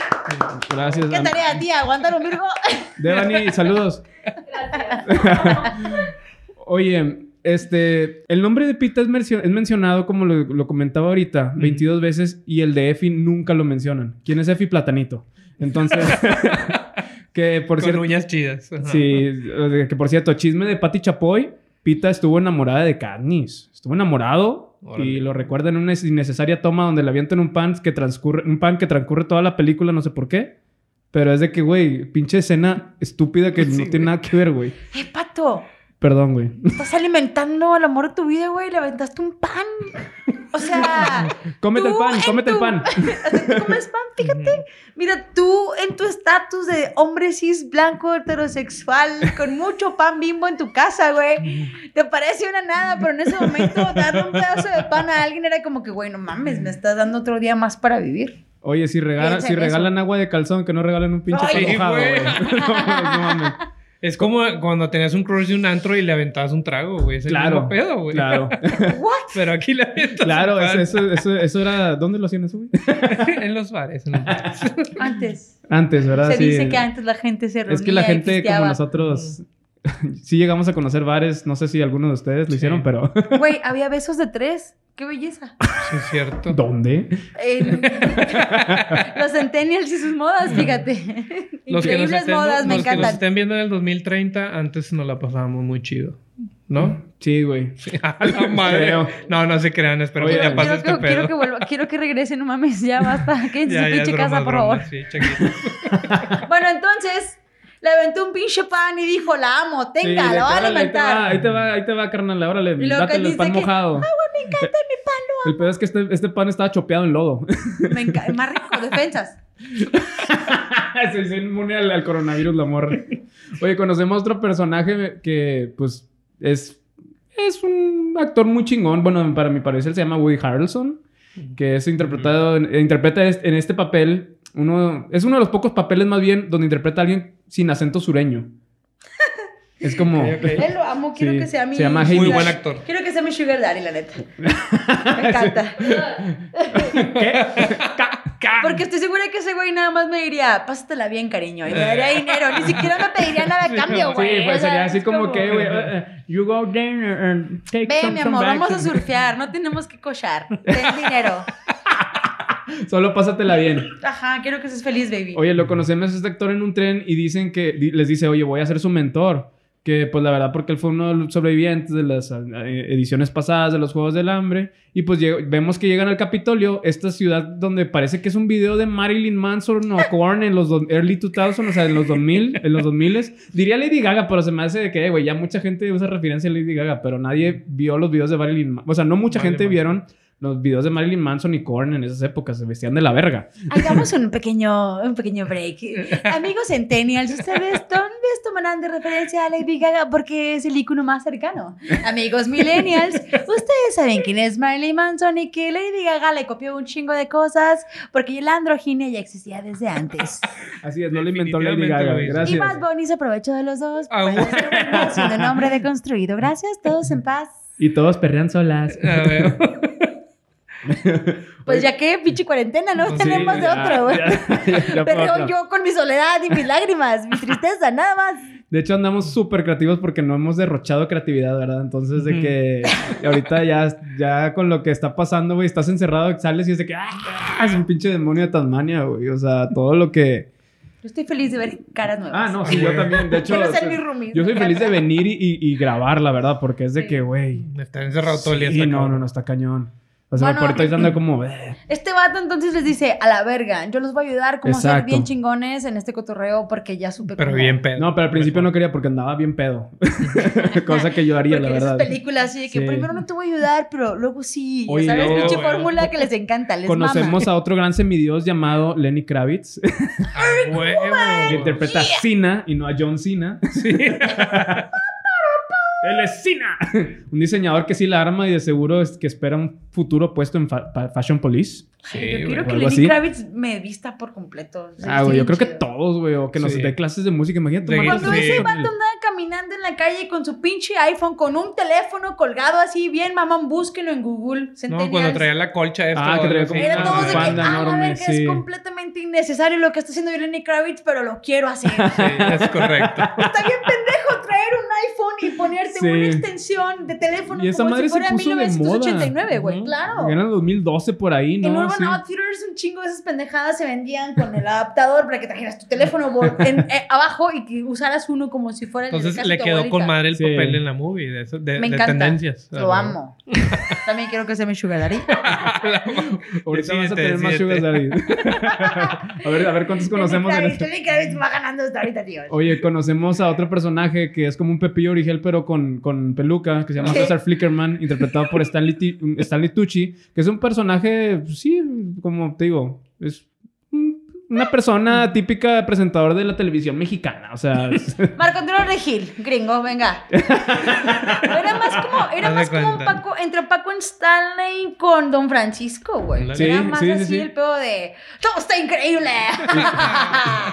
Speaker 4: Gracias.
Speaker 3: ¿Qué
Speaker 4: am-
Speaker 3: tarea, tía? ¿Aguantar un Virgo?
Speaker 4: Devani, saludos. Oye, este, el nombre de Pita es, mercio- es mencionado, como lo, lo comentaba ahorita, 22 veces y el de Efi nunca lo mencionan. ¿Quién es Efi Platanito? Entonces, que por
Speaker 2: Con
Speaker 4: cierto...
Speaker 2: uñas chidas. Ajá.
Speaker 4: Sí, o sea, que por cierto, chisme de Patti Chapoy, Pita estuvo enamorada de Katniss. Estuvo enamorado
Speaker 2: Órale.
Speaker 4: y lo recuerda en una innecesaria toma donde le avientan un pan que transcurre, un pan que transcurre toda la película, no sé por qué. Pero es de que, güey, pinche escena estúpida que no tiene nada que ver, güey.
Speaker 3: ¡Eh, pato!
Speaker 4: Perdón, güey.
Speaker 3: Estás alimentando al amor de tu vida, güey. Le aventaste un pan. O sea,
Speaker 4: cómete el
Speaker 3: tú
Speaker 4: pan,
Speaker 3: en
Speaker 4: cómete el
Speaker 3: tu-
Speaker 4: pan.
Speaker 3: ¿tú comes pan? Fíjate. Mira, tú en tu estatus de hombre cis, blanco, heterosexual, con mucho pan bimbo en tu casa, güey. Te parece una nada, pero en ese momento darle un pedazo de pan a alguien era como que, güey, no mames, me estás dando otro día más para vivir.
Speaker 4: Oye, si, regalan,
Speaker 3: Piensa
Speaker 4: si
Speaker 3: en eso.
Speaker 4: regalan agua de calzón, que no regalen un pinche
Speaker 2: Ay,
Speaker 4: pan mojado,
Speaker 2: güey.
Speaker 4: güey. No, no mames.
Speaker 2: Es como cuando tenías un crush de un antro y le aventabas un trago, güey. Es el
Speaker 4: Claro.
Speaker 2: mismo pedo, güey.
Speaker 4: Claro,
Speaker 3: ¿What?
Speaker 2: Pero aquí le aventas
Speaker 4: claro,
Speaker 2: un
Speaker 4: eso,
Speaker 2: pan.
Speaker 4: eso, eso, eso era. ¿Dónde lo hacían eso, güey?
Speaker 2: en los bares. En los bares.
Speaker 3: Antes.
Speaker 4: Antes, ¿verdad?
Speaker 3: Se
Speaker 4: Ah, Sí.
Speaker 3: dice que antes la gente se reunía
Speaker 4: Es que la
Speaker 3: y
Speaker 4: gente como
Speaker 3: pisteaba.
Speaker 4: nosotros sí llegamos a conocer bares, no sé si alguno de ustedes lo
Speaker 2: Sí.
Speaker 4: hicieron, pero
Speaker 3: Güey, había besos de tres. ¡Qué belleza!
Speaker 2: Sí, es cierto.
Speaker 4: ¿dónde?
Speaker 3: En- los centennials y sus modas, fíjate.
Speaker 2: Los que nos
Speaker 3: Increíbles
Speaker 2: estén-
Speaker 3: modas, me
Speaker 2: los que nos
Speaker 3: encantan.
Speaker 2: estén viendo en el 2030, antes nos la pasábamos muy chido. ¿No?
Speaker 4: Sí, güey.
Speaker 2: A la madre.
Speaker 4: Mm. Creo.
Speaker 2: No, no se crean, espero
Speaker 4: Oye,
Speaker 2: que ya
Speaker 4: quiero
Speaker 2: pase
Speaker 3: Quiero
Speaker 2: este
Speaker 3: que, quiero que
Speaker 2: pedo.
Speaker 3: vuelva, quiero que regrese, no mames, ya basta. Quédense en su pinche casa, por favor. Bueno, entonces, le aventó un pinche pan y dijo, la amo, tenga,
Speaker 4: Sí, de
Speaker 3: la voy a
Speaker 4: que, órale, ahí te va,
Speaker 3: alimentar.
Speaker 4: Ahí te va, ahí te va, carnal, órale,
Speaker 3: Y luego
Speaker 4: dátelo el
Speaker 3: dice
Speaker 4: pan
Speaker 3: que,
Speaker 4: mojado. Ah, güey, me encanta mi pan, El pedo es que este, este pan estaba chopeado en lodo.
Speaker 3: Me encanta, más rico, defensas.
Speaker 4: Se hizo inmune al, al coronavirus la morra. Oye, conocemos otro personaje que, pues, es, es un actor muy chingón. Bueno, para mi parecer se llama Woody Harrelson, que es interpretado, en- eh, interpreta est- en este papel, uno, es uno de los pocos papeles más bien donde interpreta a alguien sin acento sureño. Es como...
Speaker 2: Ok, ok.
Speaker 3: Él lo amo, quiero
Speaker 4: Sí,
Speaker 3: que sea mi...
Speaker 4: se llama
Speaker 2: Muy
Speaker 4: Hailey.
Speaker 2: buen actor.
Speaker 3: Quiero que sea mi sugar daddy, la neta. Me encanta. Porque estoy segura que ese güey nada más me diría, pásatela bien, cariño, y me daría dinero. Ni siquiera me pediría nada a cambio,
Speaker 4: Eh. Sí,
Speaker 3: güey.
Speaker 4: pues
Speaker 3: O sea,
Speaker 4: sería así
Speaker 3: es
Speaker 4: como que, güey, eh, eh, you go there and take
Speaker 3: Ve,
Speaker 4: some-
Speaker 3: mi
Speaker 4: some
Speaker 3: amor,
Speaker 4: back
Speaker 3: vamos a
Speaker 4: and-
Speaker 3: surfear, no tenemos que cochar. Ten dinero.
Speaker 4: Solo pásatela bien.
Speaker 3: Ajá, quiero que seas feliz, baby.
Speaker 4: Oye, lo conocemos a este actor en un tren y dicen que di- les dice, oye, voy a ser su mentor. Que pues la verdad, porque él fue uno de los sobrevivientes de las eh, ediciones pasadas de los Juegos del Hambre. Y pues lleg- vemos que llegan al Capitolio, esta ciudad donde parece que es un video de Marilyn Manson o Korn en los do- early 2000, o sea, en los 2000, en los 2000. Diría Lady Gaga, pero se me hace de que, eh, güey, ya mucha gente usa referencia a Lady Gaga, pero nadie vio los videos de Marilyn Manson. O sea, no mucha
Speaker 2: Marilyn
Speaker 4: gente
Speaker 2: Manson.
Speaker 4: vieron los videos de Marilyn Manson y Korn en esas épocas, se vestían de la verga.
Speaker 3: Hagamos un pequeño, un pequeño break. Amigos centennials, ¿ustedes dónde tomarán de referencia a Lady Gaga? Porque es el icono más cercano. Amigos millennials, ustedes saben quién es Marilyn Manson y que Lady Gaga le copió un chingo de cosas porque la androginia ya existía desde antes.
Speaker 4: Así es, no lo inventó Lady
Speaker 2: Definitivamente
Speaker 4: Gaga.
Speaker 2: lo hizo.
Speaker 4: Gracias.
Speaker 3: Y Bad Bunny se aprovechó de los dos.
Speaker 2: Ah,
Speaker 3: Para hacer un negocio de nombre deconstruido. Gracias, todos en paz.
Speaker 4: Y todos perrean solas.
Speaker 2: A ver.
Speaker 3: Pues ya que pinche cuarentena, ¿no?
Speaker 2: Pues sí,
Speaker 3: Tenemos de
Speaker 4: ya,
Speaker 3: otro.
Speaker 4: ya, ya, ya
Speaker 3: Pero
Speaker 4: puedo, no.
Speaker 3: yo con mi soledad y mis lágrimas, mi tristeza, nada más.
Speaker 4: De hecho, andamos súper creativos porque no hemos derrochado creatividad, ¿verdad? Entonces, de
Speaker 2: Ujú.
Speaker 4: que ahorita ya, ya con lo que está pasando, güey, estás encerrado, sales y es de que ¡ah! es un pinche demonio de Tasmania, güey. O sea, todo lo que.
Speaker 3: Yo estoy feliz de ver caras nuevas.
Speaker 4: Ah, no, sí, yo también. De hecho,
Speaker 3: Quiero ser
Speaker 4: o sea,
Speaker 3: mi roomie.
Speaker 4: yo soy feliz de venir y, y- y grabar, la verdad, porque es de
Speaker 3: Sí.
Speaker 4: que, güey.
Speaker 2: Está encerrado todo el día.
Speaker 4: Sí,
Speaker 2: está
Speaker 4: no,
Speaker 2: cabrón.
Speaker 4: no, no, está cañón. O sea,
Speaker 3: Bueno,
Speaker 4: por ahorita ando como. "Eh".
Speaker 3: Este vato entonces les dice, a la verga, yo los voy a ayudar como ser
Speaker 4: Exacto.
Speaker 3: bien chingones en este cotorreo porque ya supe
Speaker 2: Pero
Speaker 3: cómo-
Speaker 2: bien pedo.
Speaker 4: No, pero al principio no
Speaker 2: Mejor.
Speaker 4: quería porque andaba bien pedo. Cosa que yo haría,
Speaker 3: Porque
Speaker 4: la verdad.
Speaker 3: esas películas así de que
Speaker 4: Sí.
Speaker 3: primero no te voy a ayudar, pero luego sí.
Speaker 4: Oye,
Speaker 3: ¿Sabes?
Speaker 2: luego,
Speaker 3: Pinche
Speaker 2: güey.
Speaker 3: fórmula que les encanta, les
Speaker 4: Conocemos a otro gran semidios llamado Lenny Kravitz,
Speaker 2: ¡Ah, huevo!
Speaker 4: que interpreta a Cena y no a John Cena.
Speaker 2: Sí.
Speaker 4: ¡Él es Cena! un diseñador que sí la arma y de seguro es que espera un futuro puesto en fa- pa- Fashion Police.
Speaker 3: mama.
Speaker 2: Sí,
Speaker 3: yo
Speaker 2: güey.
Speaker 3: quiero que
Speaker 4: algo
Speaker 3: Lenny
Speaker 4: así.
Speaker 3: Kravitz me vista por completo. Se viste
Speaker 4: Ah, güey, yo
Speaker 3: bien
Speaker 4: creo que
Speaker 3: chido.
Speaker 4: todos, güey, o que nos
Speaker 2: Sí.
Speaker 4: dé clases de música. Imagínate
Speaker 2: De
Speaker 4: tomar
Speaker 2: guitarra,
Speaker 3: Cuando
Speaker 4: clases
Speaker 2: sí.
Speaker 3: ese
Speaker 4: de él.
Speaker 3: vato andaba caminando en la calle con su pinche iPhone, con un teléfono colgado así, bien mamón, búsquenlo en Google.
Speaker 2: No, cuando
Speaker 3: Centennials.
Speaker 2: traía la colcha esta.
Speaker 4: Ah,
Speaker 2: o
Speaker 4: que traía
Speaker 2: algo
Speaker 4: como
Speaker 2: así.
Speaker 4: una
Speaker 3: Era todo de que, ah,
Speaker 4: bufanda
Speaker 3: la
Speaker 4: enorme,
Speaker 3: verga,
Speaker 4: sí.
Speaker 3: es completamente innecesario lo que está haciendo Lenny Kravitz, pero lo quiero hacer. Está
Speaker 2: Sí, es correcto.
Speaker 3: bien pendejo traer un iPhone y ponerte
Speaker 4: Sí.
Speaker 3: una extensión de teléfono
Speaker 4: Y esa
Speaker 3: como
Speaker 4: madre
Speaker 3: si
Speaker 4: se
Speaker 3: fuera
Speaker 4: puso de moda.
Speaker 3: 1989, güey,
Speaker 4: Ujú.
Speaker 3: claro.
Speaker 4: Era en el 2012 por ahí, ¿no?
Speaker 3: en Urban
Speaker 4: Sí.
Speaker 3: Outfitters un chingo de esas pendejadas se vendían con el adaptador para que trajeras tu teléfono bol- en- eh, abajo y que usaras uno como si fuera el de
Speaker 2: Entonces
Speaker 3: casa
Speaker 2: le
Speaker 3: de tu
Speaker 2: quedó con
Speaker 3: abuelita.
Speaker 2: madre el
Speaker 4: Sí.
Speaker 2: papel en la movie de, eso- de,
Speaker 3: Me
Speaker 2: de
Speaker 3: encanta.
Speaker 2: tendencias.
Speaker 3: Lo amo. También quiero que sea mi sugar daddy.
Speaker 4: Ahorita vas
Speaker 2: Decídete,
Speaker 4: a tener más
Speaker 2: decídete.
Speaker 4: sugar daddy. a ver, a ver cuántos conocemos en
Speaker 3: Lenny
Speaker 4: este.
Speaker 3: Kravitz, Lenny Kravitz va ganando hasta ahorita, tío.
Speaker 4: Oye, conocemos a otro personaje que es como un Pepillo Origel, pero con, con peluca, que se llama
Speaker 3: Ok.
Speaker 4: César Flickerman, interpretado por Stanley, Ti- Stanley Tucci, que es un personaje, pues, sí, como te digo, es un- una persona típica presentador de la televisión mexicana. O sea, es-
Speaker 3: Marco Antonio Regil, gringo, venga. Era más como, era
Speaker 2: Haz de
Speaker 3: más como un
Speaker 2: cuenta.
Speaker 3: Paco, entre Paco Stanley con Don Francisco, güey.
Speaker 4: Sí,
Speaker 3: era más
Speaker 4: sí, sí,
Speaker 3: así
Speaker 4: sí.
Speaker 3: el pedo de ¡Todo está increíble!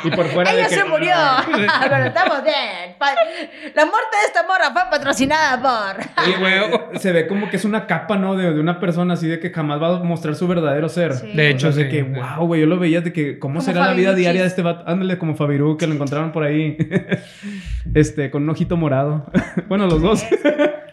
Speaker 4: y por fuera de
Speaker 3: Ella
Speaker 4: que-
Speaker 3: se murió, pero estamos bien. Pa- La muerte de esta morra fue patrocinada por...
Speaker 2: Y huevo.
Speaker 4: se ve como que es una capa, ¿no? De, de una persona así de que jamás va a mostrar su verdadero ser.
Speaker 3: Sí.
Speaker 2: De hecho,
Speaker 4: O sea, de
Speaker 2: sí.
Speaker 4: que, wow, güey, yo lo veía de que, ¿cómo
Speaker 3: Como
Speaker 4: será la vida
Speaker 3: Fabiruchis.
Speaker 4: diaria de este vato? Ándale, como Fabirú, que lo encontraron por ahí. este, con un ojito morado. bueno, los dos.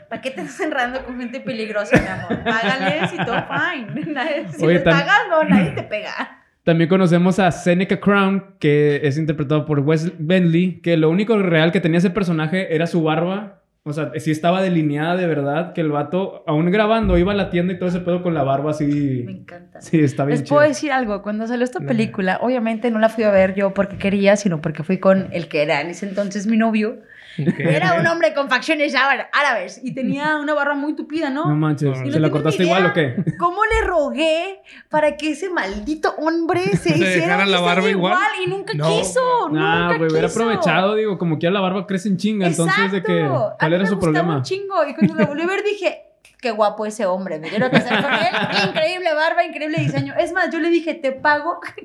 Speaker 3: ¿Para qué te estás enredando con gente peligrosa, mi amor? Págales y todo fine. Nadie- Si
Speaker 4: Oye,
Speaker 3: les
Speaker 4: tan-
Speaker 3: pagas, no, nadie te pega.
Speaker 4: También conocemos a Seneca Crown, que es interpretado por Wes Bentley, que lo único real que tenía ese personaje era su barba. O sea, sí estaba delineada de verdad, que el vato, aún grabando, iba a la tienda y todo ese pedo con la barba
Speaker 3: Me
Speaker 4: así.
Speaker 3: encanta.
Speaker 4: Sí, está bien
Speaker 3: Les puedo
Speaker 4: chido.
Speaker 3: decir algo, cuando salió esta
Speaker 2: Dale.
Speaker 3: película, obviamente no la fui a ver yo porque quería, sino porque fui con el que era en ese entonces mi novio.
Speaker 2: Ok.
Speaker 3: Era un hombre con facciones ára- árabes y tenía una barra muy tupida,
Speaker 4: No
Speaker 3: ¿no?
Speaker 4: manches,
Speaker 2: No,
Speaker 4: ¿se
Speaker 2: no
Speaker 4: la
Speaker 3: tienen
Speaker 4: cortaste
Speaker 3: ni idea.
Speaker 4: igual o qué?
Speaker 3: ¿Cómo le rogué para que ese maldito hombre se,
Speaker 2: ¿Se
Speaker 3: hiciera
Speaker 2: dejara
Speaker 3: un
Speaker 2: la
Speaker 3: diseño
Speaker 2: barba igual?
Speaker 3: y nunca
Speaker 2: No.
Speaker 3: quiso?
Speaker 4: Nah,
Speaker 3: nunca
Speaker 4: Ah, güey, hubiera
Speaker 3: quiso.
Speaker 4: aprovechado, digo, como que a la barba crece en chinga, entonces de que,
Speaker 3: Exacto. A
Speaker 4: ¿cuál
Speaker 3: mí
Speaker 4: era
Speaker 3: me
Speaker 4: su
Speaker 3: gustaba
Speaker 4: problema?
Speaker 3: un chingo y cuando lo volví a ver dije, qué guapo ese hombre, me quiero casar con él. Increíble barba, increíble diseño. Es más, yo le dije, te pago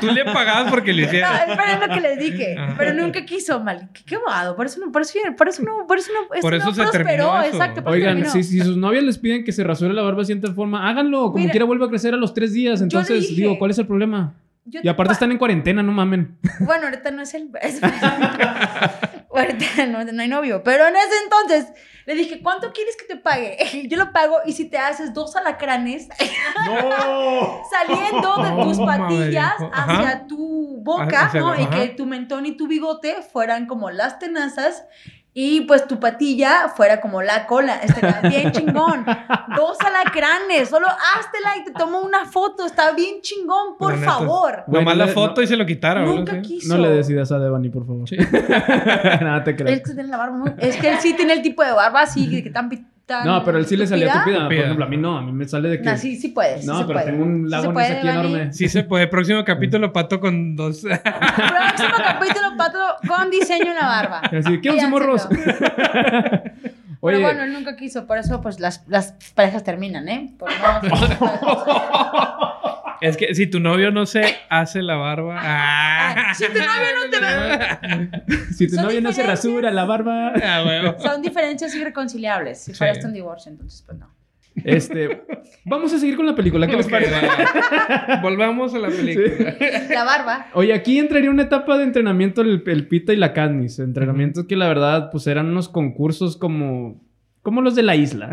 Speaker 2: Tú le pagabas porque lo
Speaker 3: No,
Speaker 2: hicieras.
Speaker 3: es para lo que les dije.
Speaker 2: Ajá.
Speaker 3: Pero nunca quiso mal. Qué, qué bobado. Por eso no, por eso, por eso no, por eso no, este,
Speaker 2: Por
Speaker 3: no
Speaker 2: eso se
Speaker 3: prosperó.
Speaker 2: terminó eso.
Speaker 3: Exacto, por eso
Speaker 4: Oigan,
Speaker 3: terminó.
Speaker 4: si, si sus novias les piden que se rasure la barba de cierta forma, háganlo, como
Speaker 3: Mira,
Speaker 4: quiera vuelve a crecer a los tres días,
Speaker 3: yo le
Speaker 4: entonces
Speaker 3: dije-
Speaker 4: digo, ¿cuál es el problema?
Speaker 3: Yo
Speaker 4: Y aparte
Speaker 3: te-
Speaker 4: están en cuarentena, no mamen.
Speaker 3: Bueno, ahorita no es el. es- Ahorita no, no hay novio. Pero en ese entonces le dije, ¿cuánto quieres que te pague? Yo lo pago y si te haces dos alacranes
Speaker 1: ¡No!
Speaker 3: saliendo de tus
Speaker 2: Oh, madre.
Speaker 3: patillas
Speaker 2: Ajá.
Speaker 3: hacia tu boca,
Speaker 2: Hacia-
Speaker 3: ¿no? Y
Speaker 2: ajá.
Speaker 3: que tu mentón y tu bigote fueran como las tenazas y pues tu patilla fuera como la cola. Estaría bien chingón. Dos alacranes, solo háztela y te tomo una foto. Está bien chingón, por
Speaker 2: Pero neta,
Speaker 3: favor.
Speaker 4: Güey,
Speaker 2: Nomás
Speaker 4: no
Speaker 2: la
Speaker 4: le-
Speaker 2: foto y se lo quitaron. ¿no?
Speaker 3: Nunca
Speaker 2: Sí.
Speaker 3: quiso.
Speaker 4: No le decidas a Devani, por favor.
Speaker 2: Sí.
Speaker 4: Nada, te
Speaker 3: Es
Speaker 4: creas.
Speaker 3: que tiene la barba muy- Es que él sí tiene el tipo de barba así, que, que tan, pi- tan
Speaker 4: No, pero él sí le salía
Speaker 3: tupida.
Speaker 4: tupida. Por
Speaker 2: Tupida.
Speaker 4: ejemplo, a mí no. A mí me sale de que...
Speaker 3: No, sí, sí puede. sí
Speaker 4: No,
Speaker 3: se
Speaker 4: pero
Speaker 3: puede.
Speaker 4: tengo
Speaker 3: Sí
Speaker 4: un
Speaker 3: se
Speaker 4: lagones
Speaker 3: puede,
Speaker 4: aquí
Speaker 3: Dani.
Speaker 4: enorme.
Speaker 2: Sí se puede. Próximo
Speaker 4: Mm.
Speaker 2: capítulo, Pato con dos.
Speaker 3: Próximo capítulo, Pato, con diseño una barba.
Speaker 4: Así, ¿qué
Speaker 3: Oigan,
Speaker 4: once morros?
Speaker 3: Pero
Speaker 4: Oye,
Speaker 3: bueno, él nunca quiso, por eso pues las, las parejas terminan, ¿eh? Por no-
Speaker 2: es que si tu novio no se hace la barba. Ah.
Speaker 3: Si tu novio no te va-
Speaker 4: si tu
Speaker 3: son
Speaker 4: novio no se
Speaker 3: diferencias.
Speaker 4: rasura la barba...
Speaker 2: Ah, huevo.
Speaker 3: Son diferencias irreconciliables. Si
Speaker 2: Sí.
Speaker 3: fuera esto un divorcio, entonces pues no.
Speaker 4: Este... Vamos a seguir con la película. ¿Qué les
Speaker 2: Ok,
Speaker 4: parece?
Speaker 2: va. Volvamos a la película.
Speaker 3: La barba.
Speaker 4: Oye, aquí entraría una etapa de entrenamiento el, el Pita y la Katniss. Entrenamientos que la verdad, pues eran unos concursos como... Como los de la isla.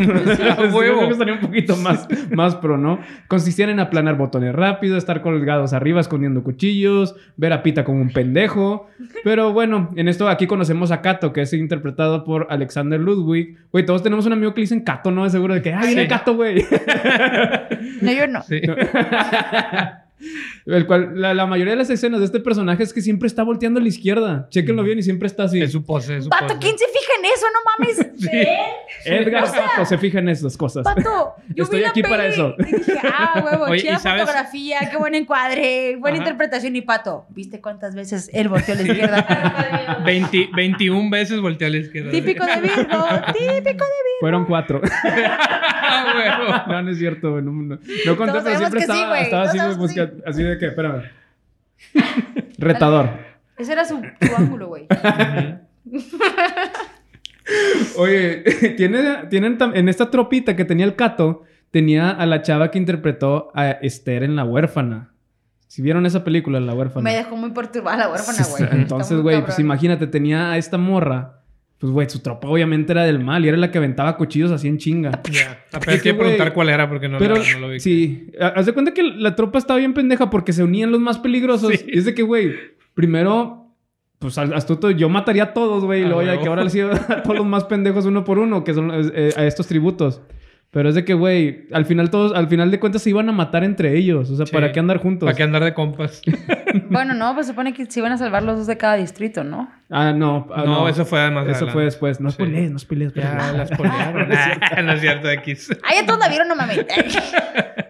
Speaker 2: a huevo.
Speaker 4: Me gustaría un poquito más, más pro, ¿no? Consistían en aplanar botones rápido, estar colgados arriba escondiendo cuchillos, ver a Pita como un pendejo. Pero bueno, en esto aquí conocemos a Kato, que es interpretado por Alexander Ludwig. Güey, todos tenemos un amigo que le dicen Kato, ¿no? De seguro de que, ah, viene
Speaker 2: Sí.
Speaker 4: Kato, güey.
Speaker 3: No, yo no.
Speaker 2: Sí.
Speaker 4: El cual, la, la mayoría de las escenas de este personaje es que siempre está volteando a la izquierda. Chéquenlo bien y siempre está así.
Speaker 2: Es su pose, es su
Speaker 3: Pato,
Speaker 2: pose.
Speaker 3: ¿quién se fija en eso? No mames.
Speaker 2: Sí.
Speaker 3: ¿Eh?
Speaker 4: Edgar
Speaker 3: O sea,
Speaker 4: Cato se fija en esas cosas.
Speaker 3: Pato, yo
Speaker 4: Estoy
Speaker 3: vi la
Speaker 4: aquí para
Speaker 3: peli
Speaker 4: eso.
Speaker 3: Y dije, ah, huevo,
Speaker 2: Oye,
Speaker 3: chida
Speaker 2: ¿y sabes?
Speaker 3: fotografía, qué buen encuadre, buena
Speaker 2: Ajá.
Speaker 3: interpretación. Y Pato, ¿viste cuántas veces él volteó a la izquierda?
Speaker 2: 20 21 veces volteó a la izquierda.
Speaker 3: típico de Virgo, típico de
Speaker 4: Fueron cuatro.
Speaker 2: Ah, huevo.
Speaker 4: no, no es cierto, güey, No, no, no conté,
Speaker 3: Todos
Speaker 4: pero
Speaker 3: sabemos
Speaker 4: siempre
Speaker 3: que sí,
Speaker 4: estaba,
Speaker 3: güey,
Speaker 4: estaba así,
Speaker 3: todos
Speaker 4: güey,
Speaker 3: sabemos que
Speaker 4: busca- así de que, espérame. Retador.
Speaker 3: Virgo. Ese era su, su ángulo, güey.
Speaker 4: Oye, tiene, tienen tam- en esta tropita que tenía el Cato, tenía a la chava que interpretó a Esther en La Huérfana. Si vieron esa película, La Huérfana.
Speaker 3: Me dejó muy perturbada la huérfana,
Speaker 4: Sí,
Speaker 3: güey. Está
Speaker 4: Entonces,
Speaker 3: muy
Speaker 4: güey,
Speaker 3: cabrón.
Speaker 4: pues imagínate, tenía a esta morra. Pues, güey, su tropa obviamente era del mal y era la que aventaba cuchillos así en chinga.
Speaker 2: Ya.
Speaker 4: Es
Speaker 2: Apenas
Speaker 4: que,
Speaker 2: quiero preguntar
Speaker 4: güey,
Speaker 2: cuál era porque no,
Speaker 4: Pero,
Speaker 2: la, no lo vi.
Speaker 4: sí, ha- haz de cuenta que la tropa estaba bien pendeja porque se unían los más peligrosos.
Speaker 2: Sí.
Speaker 4: Y es de que, güey, primero, pues al- astuto, yo mataría a todos, güey. Y
Speaker 2: A
Speaker 4: luego ya
Speaker 2: huevo.
Speaker 4: que ahora les iba a todos los más pendejos uno por uno, que son eh, a estos tributos. Pero es de que, güey, al final todos, al final de cuentas se iban a matar entre ellos. O sea,
Speaker 2: Sí.
Speaker 4: ¿para qué andar juntos?
Speaker 2: ¿Para qué andar de compas?
Speaker 3: Bueno, no, pues supone que se iban a salvar los dos de cada distrito, ¿no?
Speaker 4: Ah, no, ah,
Speaker 2: no, eso fue además.
Speaker 4: Eso fue después. No
Speaker 2: Sí.
Speaker 4: spoilees, no spoilees.
Speaker 2: Ya
Speaker 4: espérame.
Speaker 2: las polearon. Ah, no es cierto, X.
Speaker 3: Ay, ya todos la vieron, no mames.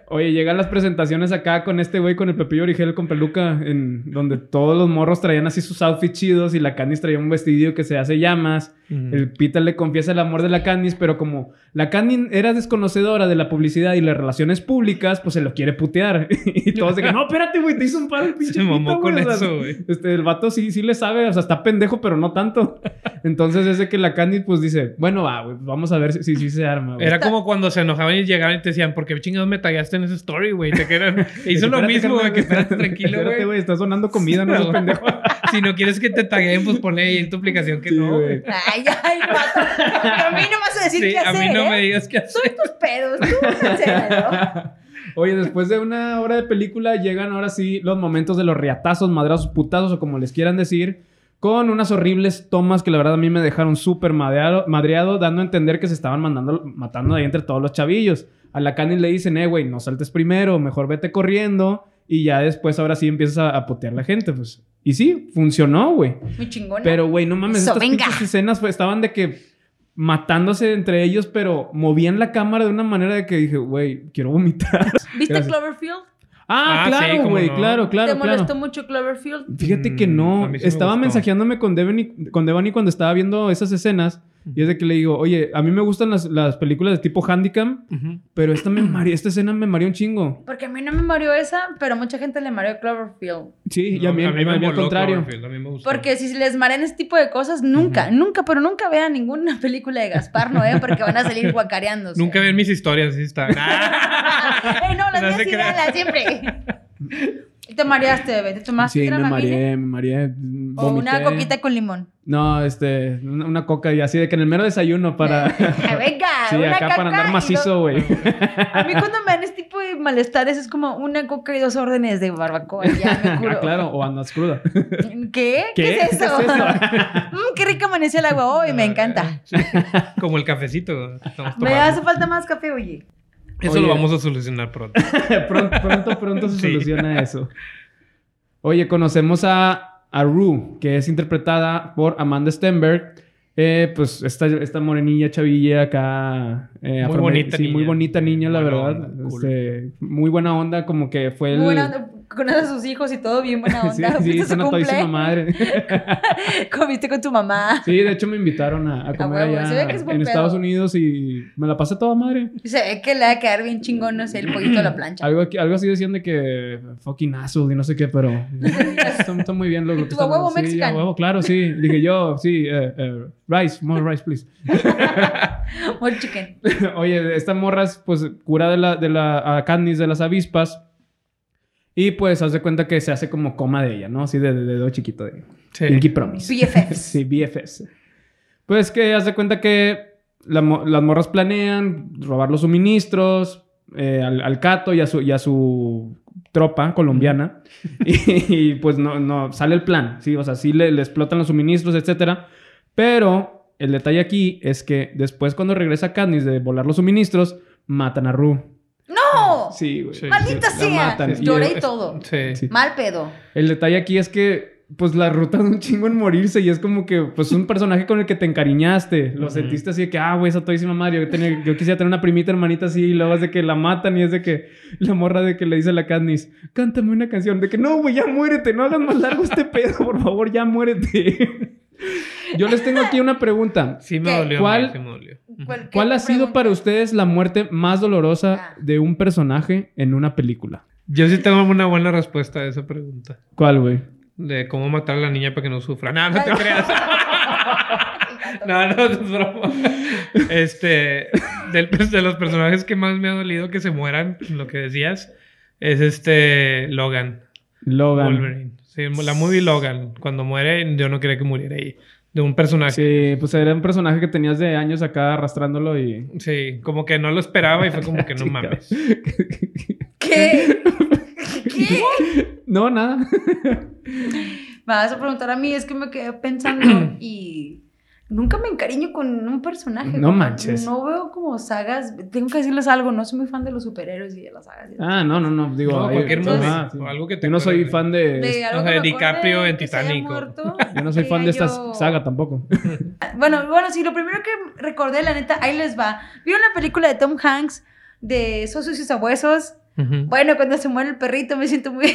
Speaker 4: Oye, llegan las presentaciones acá con este güey con el Pepillo Origel con peluca, en donde todos los morros traían así sus outfits chidos y la Candice traía un vestidillo que se hace llamas.
Speaker 2: Mm.
Speaker 4: El Peter le confiesa el amor de la Candice, pero como la Candice era desconocedora de la publicidad y las relaciones públicas, pues se lo quiere putear. y todos de que, no, espérate, güey, te hizo un paro el pinche
Speaker 2: Se mamó
Speaker 4: Pita,
Speaker 2: con
Speaker 4: güey". O sea,
Speaker 2: eso, güey.
Speaker 4: este, el vato sí, sí le sabe, o sea, está pendejo, pero no tanto. Entonces, ese que la Candice, pues dice, bueno, va, güey, vamos a ver si sí si, se arma, güey.
Speaker 2: Era como cuando se enojaban y llegaban y te decían, ¿por qué chingados me tallaste en esa story, güey? Te quedan. E hizo lo
Speaker 4: Espérate,
Speaker 2: mismo,
Speaker 4: carnal,
Speaker 2: güey, que espérate tranquilo,
Speaker 4: Espérate,
Speaker 2: güey.
Speaker 4: güey, está sonando comida, no seas pendejo.
Speaker 2: Si no quieres que te taguen, pues ponle ahí en tu aplicación que
Speaker 4: Sí,
Speaker 2: no.
Speaker 4: güey.
Speaker 3: Ay, ay, no. A mí no me vas a decir
Speaker 2: Sí,
Speaker 3: qué
Speaker 2: a
Speaker 3: hacer,
Speaker 2: mí no
Speaker 3: ¿eh?
Speaker 2: me digas qué hacer.
Speaker 3: Tus pedos, tú cancélalo.
Speaker 4: Oye, después de una hora de película llegan ahora sí los momentos de los riatazos, madrazos, putazos o como les quieran decir, con unas horribles tomas que la verdad a mí me dejaron súper madreado, madreado, dando a entender que se estaban mandando, matando ahí entre todos los chavillos. A la Candy le dicen, eh, güey, no saltes primero, mejor vete corriendo y ya después ahora sí empiezas a, a putear la gente, pues. Y sí, funcionó, güey.
Speaker 3: Muy chingona.
Speaker 4: Pero, güey, no mames,
Speaker 3: Eso,
Speaker 4: estas
Speaker 3: venga.
Speaker 4: pinches escenas fue- estaban de que matándose entre ellos, pero movían la cámara de una manera de que dije, güey, quiero vomitar.
Speaker 3: ¿Viste
Speaker 4: gracias.
Speaker 3: Cloverfield?
Speaker 4: Ah,
Speaker 2: Ah, sí,
Speaker 4: claro,
Speaker 2: cómo
Speaker 4: güey,
Speaker 2: no.
Speaker 4: claro,
Speaker 3: ¿Te
Speaker 4: claro,
Speaker 3: molestó
Speaker 4: claro.
Speaker 3: mucho Cloverfield?
Speaker 4: Fíjate que
Speaker 2: Mm,
Speaker 4: no.
Speaker 2: a mí sí me
Speaker 4: estaba
Speaker 2: gustó.
Speaker 4: mensajeándome con Devani, con Devani cuando estaba viendo esas escenas. Y es de que le digo, oye, a mí me gustan las, las películas de tipo handicam,
Speaker 2: Ujú.
Speaker 4: pero esta, me mare- esta escena me mareó un chingo.
Speaker 3: Porque a mí no me mareó esa, pero mucha gente le mareó Cloverfield.
Speaker 4: Sí, y a
Speaker 2: No,
Speaker 4: mí, a mí
Speaker 2: moló
Speaker 4: al contrario.
Speaker 2: Cloverfield, a mí me gustó.
Speaker 3: Porque si les marean ese tipo de cosas, nunca, nunca, pero nunca vean ninguna película de Gaspar Noé porque van a salir guacareándose.
Speaker 2: Nunca ven mis historias, así está. Ah,
Speaker 3: ¡Ey, no, las
Speaker 2: No
Speaker 3: mías
Speaker 2: se
Speaker 3: sí
Speaker 2: crean.
Speaker 3: véanlas siempre! Y te mareaste, bebé. ¿Te tomaste
Speaker 4: Sí, me
Speaker 3: Dramamine?
Speaker 4: mareé, me mareé. mm,
Speaker 3: O una
Speaker 4: vomité.
Speaker 3: coquita con limón.
Speaker 4: No, este, una, una coca y así de que en el mero desayuno para.
Speaker 3: Ay, Ah, venga,
Speaker 4: sí,
Speaker 3: una
Speaker 4: acá
Speaker 3: caca
Speaker 4: para andar
Speaker 3: y
Speaker 4: macizo, güey.
Speaker 3: dos- A mí cuando me dan este tipo de malestares es como una coca y dos órdenes de barbacoa. Ya me
Speaker 4: Ah,
Speaker 3: curo.
Speaker 4: claro, o andas cruda.
Speaker 3: ¿Qué? ¿Qué, es eso? Mm, qué rica amaneció el agua hoy, me encanta.
Speaker 2: Ah, Sí. Como el cafecito. que estamos
Speaker 3: Me
Speaker 2: tomando.
Speaker 3: hace falta más café, oye.
Speaker 2: Eso
Speaker 4: Oye.
Speaker 2: lo vamos a solucionar pronto.
Speaker 4: pronto, pronto, pronto se
Speaker 2: Sí.
Speaker 4: soluciona eso. Oye, conocemos a, a Rue, que es interpretada por Amanda Stenberg. Eh, pues esta, esta morenilla chavilla acá. eh, afrome-
Speaker 2: bonita
Speaker 4: sí, muy
Speaker 2: niña.
Speaker 4: bonita niña, la
Speaker 2: Buena
Speaker 4: verdad.
Speaker 2: onda, cool.
Speaker 4: Este, muy buena onda, como que fue el.
Speaker 3: Muy buena onda. Conoce a sus hijos y todo bien buena onda.
Speaker 4: Sí, sí,
Speaker 3: Fuiste a
Speaker 4: se
Speaker 3: su
Speaker 4: notó ahí su
Speaker 3: cumple.
Speaker 4: madre.
Speaker 3: Comiste con tu mamá.
Speaker 4: Sí, de hecho me invitaron a, a comer
Speaker 3: huevo, se ve
Speaker 4: allá
Speaker 3: que es
Speaker 4: en
Speaker 3: buen pedo.
Speaker 4: Estados Unidos y me la pasé toda madre.
Speaker 3: Se ve que le va a quedar bien chingón, no sé, el pollito a la plancha.
Speaker 4: Algo, aquí- algo así decían de que fucking asshole y no sé qué, pero está, está muy bien lo que
Speaker 3: Tú,
Speaker 4: está-
Speaker 3: a huevo
Speaker 4: sí,
Speaker 3: mexicano.
Speaker 4: a huevo, claro, sí. Dije yo, sí, eh, eh, rice, more rice, please.
Speaker 3: O el chicken.
Speaker 4: Oye, esta morra es, pues, cura de la, de la a Katniss de las avispas. Y pues, haz de cuenta que se hace como coma de ella, ¿no? Así de de dedo chiquito de
Speaker 2: Sí.
Speaker 4: Pinky Promise.
Speaker 3: BFFs.
Speaker 4: Sí, BFFs. Pues que haz de cuenta que la mo- las morras planean robar los suministros eh, al, al Cato y a su, y a su tropa colombiana. y, y, pues no, no, sale el plan, ¿sí? O sea, sí le, le explotan los suministros, etcétera. Pero el detalle aquí es que después cuando regresa Katniss de volar los suministros, matan a Rue.
Speaker 3: ¡No!
Speaker 4: Sí, güey.
Speaker 2: Sí.
Speaker 3: ¡Maldita
Speaker 4: La
Speaker 3: sea!
Speaker 4: matan. Y
Speaker 3: Lloré
Speaker 4: el-
Speaker 3: y todo.
Speaker 2: Sí.
Speaker 4: Sí.
Speaker 3: Mal pedo.
Speaker 4: El detalle aquí es que, pues, la ruta de un chingo en morirse y es como que, pues, un personaje con el que te encariñaste. Lo
Speaker 2: Ujú.
Speaker 4: sentiste así de que, ah, güey, esa todísima madre. Yo, tenía- yo quisiera tener una primita hermanita así y luego es de que la matan y es de que la morra de que le dice a la Katniss, cántame una canción. De que, no, güey, ya muérete, no hagas más largo este pedo, por favor, ya muérete. yo les tengo aquí una pregunta.
Speaker 2: Sí me
Speaker 3: ¿Qué?
Speaker 2: dolió.
Speaker 4: ¿Cuál-
Speaker 2: Sí me dolió. Ujú.
Speaker 3: ¿Cuál,
Speaker 4: ¿Cuál ha sido para ustedes la muerte más dolorosa
Speaker 3: Ah.
Speaker 4: de un personaje en una película?
Speaker 2: Yo sí tengo una buena respuesta a esa pregunta.
Speaker 4: ¿Cuál, güey?
Speaker 2: De cómo matar a la niña para que no sufra. No, no te creas. No, no, es broma. Este, del- de los personajes que más me ha dolido que se mueran, lo que decías, es este Logan.
Speaker 4: Logan.
Speaker 2: Wolverine. Sí, la movie Logan. Cuando muere, yo no quería que muriera ahí. De un personaje.
Speaker 4: Sí, pues era un personaje que tenías de años acá arrastrándolo y.
Speaker 2: Sí. como que no lo esperaba y fue como que no
Speaker 4: Chica.
Speaker 2: mames.
Speaker 3: ¿Qué? ¿Qué?
Speaker 4: No, nada.
Speaker 3: Me vas a preguntar a mí, es que me quedé pensando y nunca me encariño con un personaje.
Speaker 4: No manches.
Speaker 3: No veo como sagas, tengo que decirles algo, no soy muy fan de los superhéroes y de las sagas.
Speaker 4: Ah, no, no, no. Digo,
Speaker 2: No,
Speaker 4: ahí-
Speaker 2: cualquier
Speaker 4: ajá,
Speaker 2: movie,
Speaker 4: sí.
Speaker 2: o algo que te
Speaker 4: Yo no soy
Speaker 2: acuerdes.
Speaker 4: fan de.
Speaker 3: algo
Speaker 2: o sea,
Speaker 3: que me
Speaker 2: DiCaprio
Speaker 3: acuerde
Speaker 2: en
Speaker 3: que se haya
Speaker 2: Titanic o-
Speaker 3: muerto,
Speaker 4: Yo no soy
Speaker 3: que
Speaker 4: fan de esta
Speaker 3: yo-
Speaker 4: saga tampoco.
Speaker 3: Bueno, bueno, sí, lo primero que recordé, la neta, ahí les va. ¿Vieron la película de Tom Hanks de Socios y Sabuesos?
Speaker 2: Ujú.
Speaker 3: Bueno, cuando se muere el perrito me siento muy...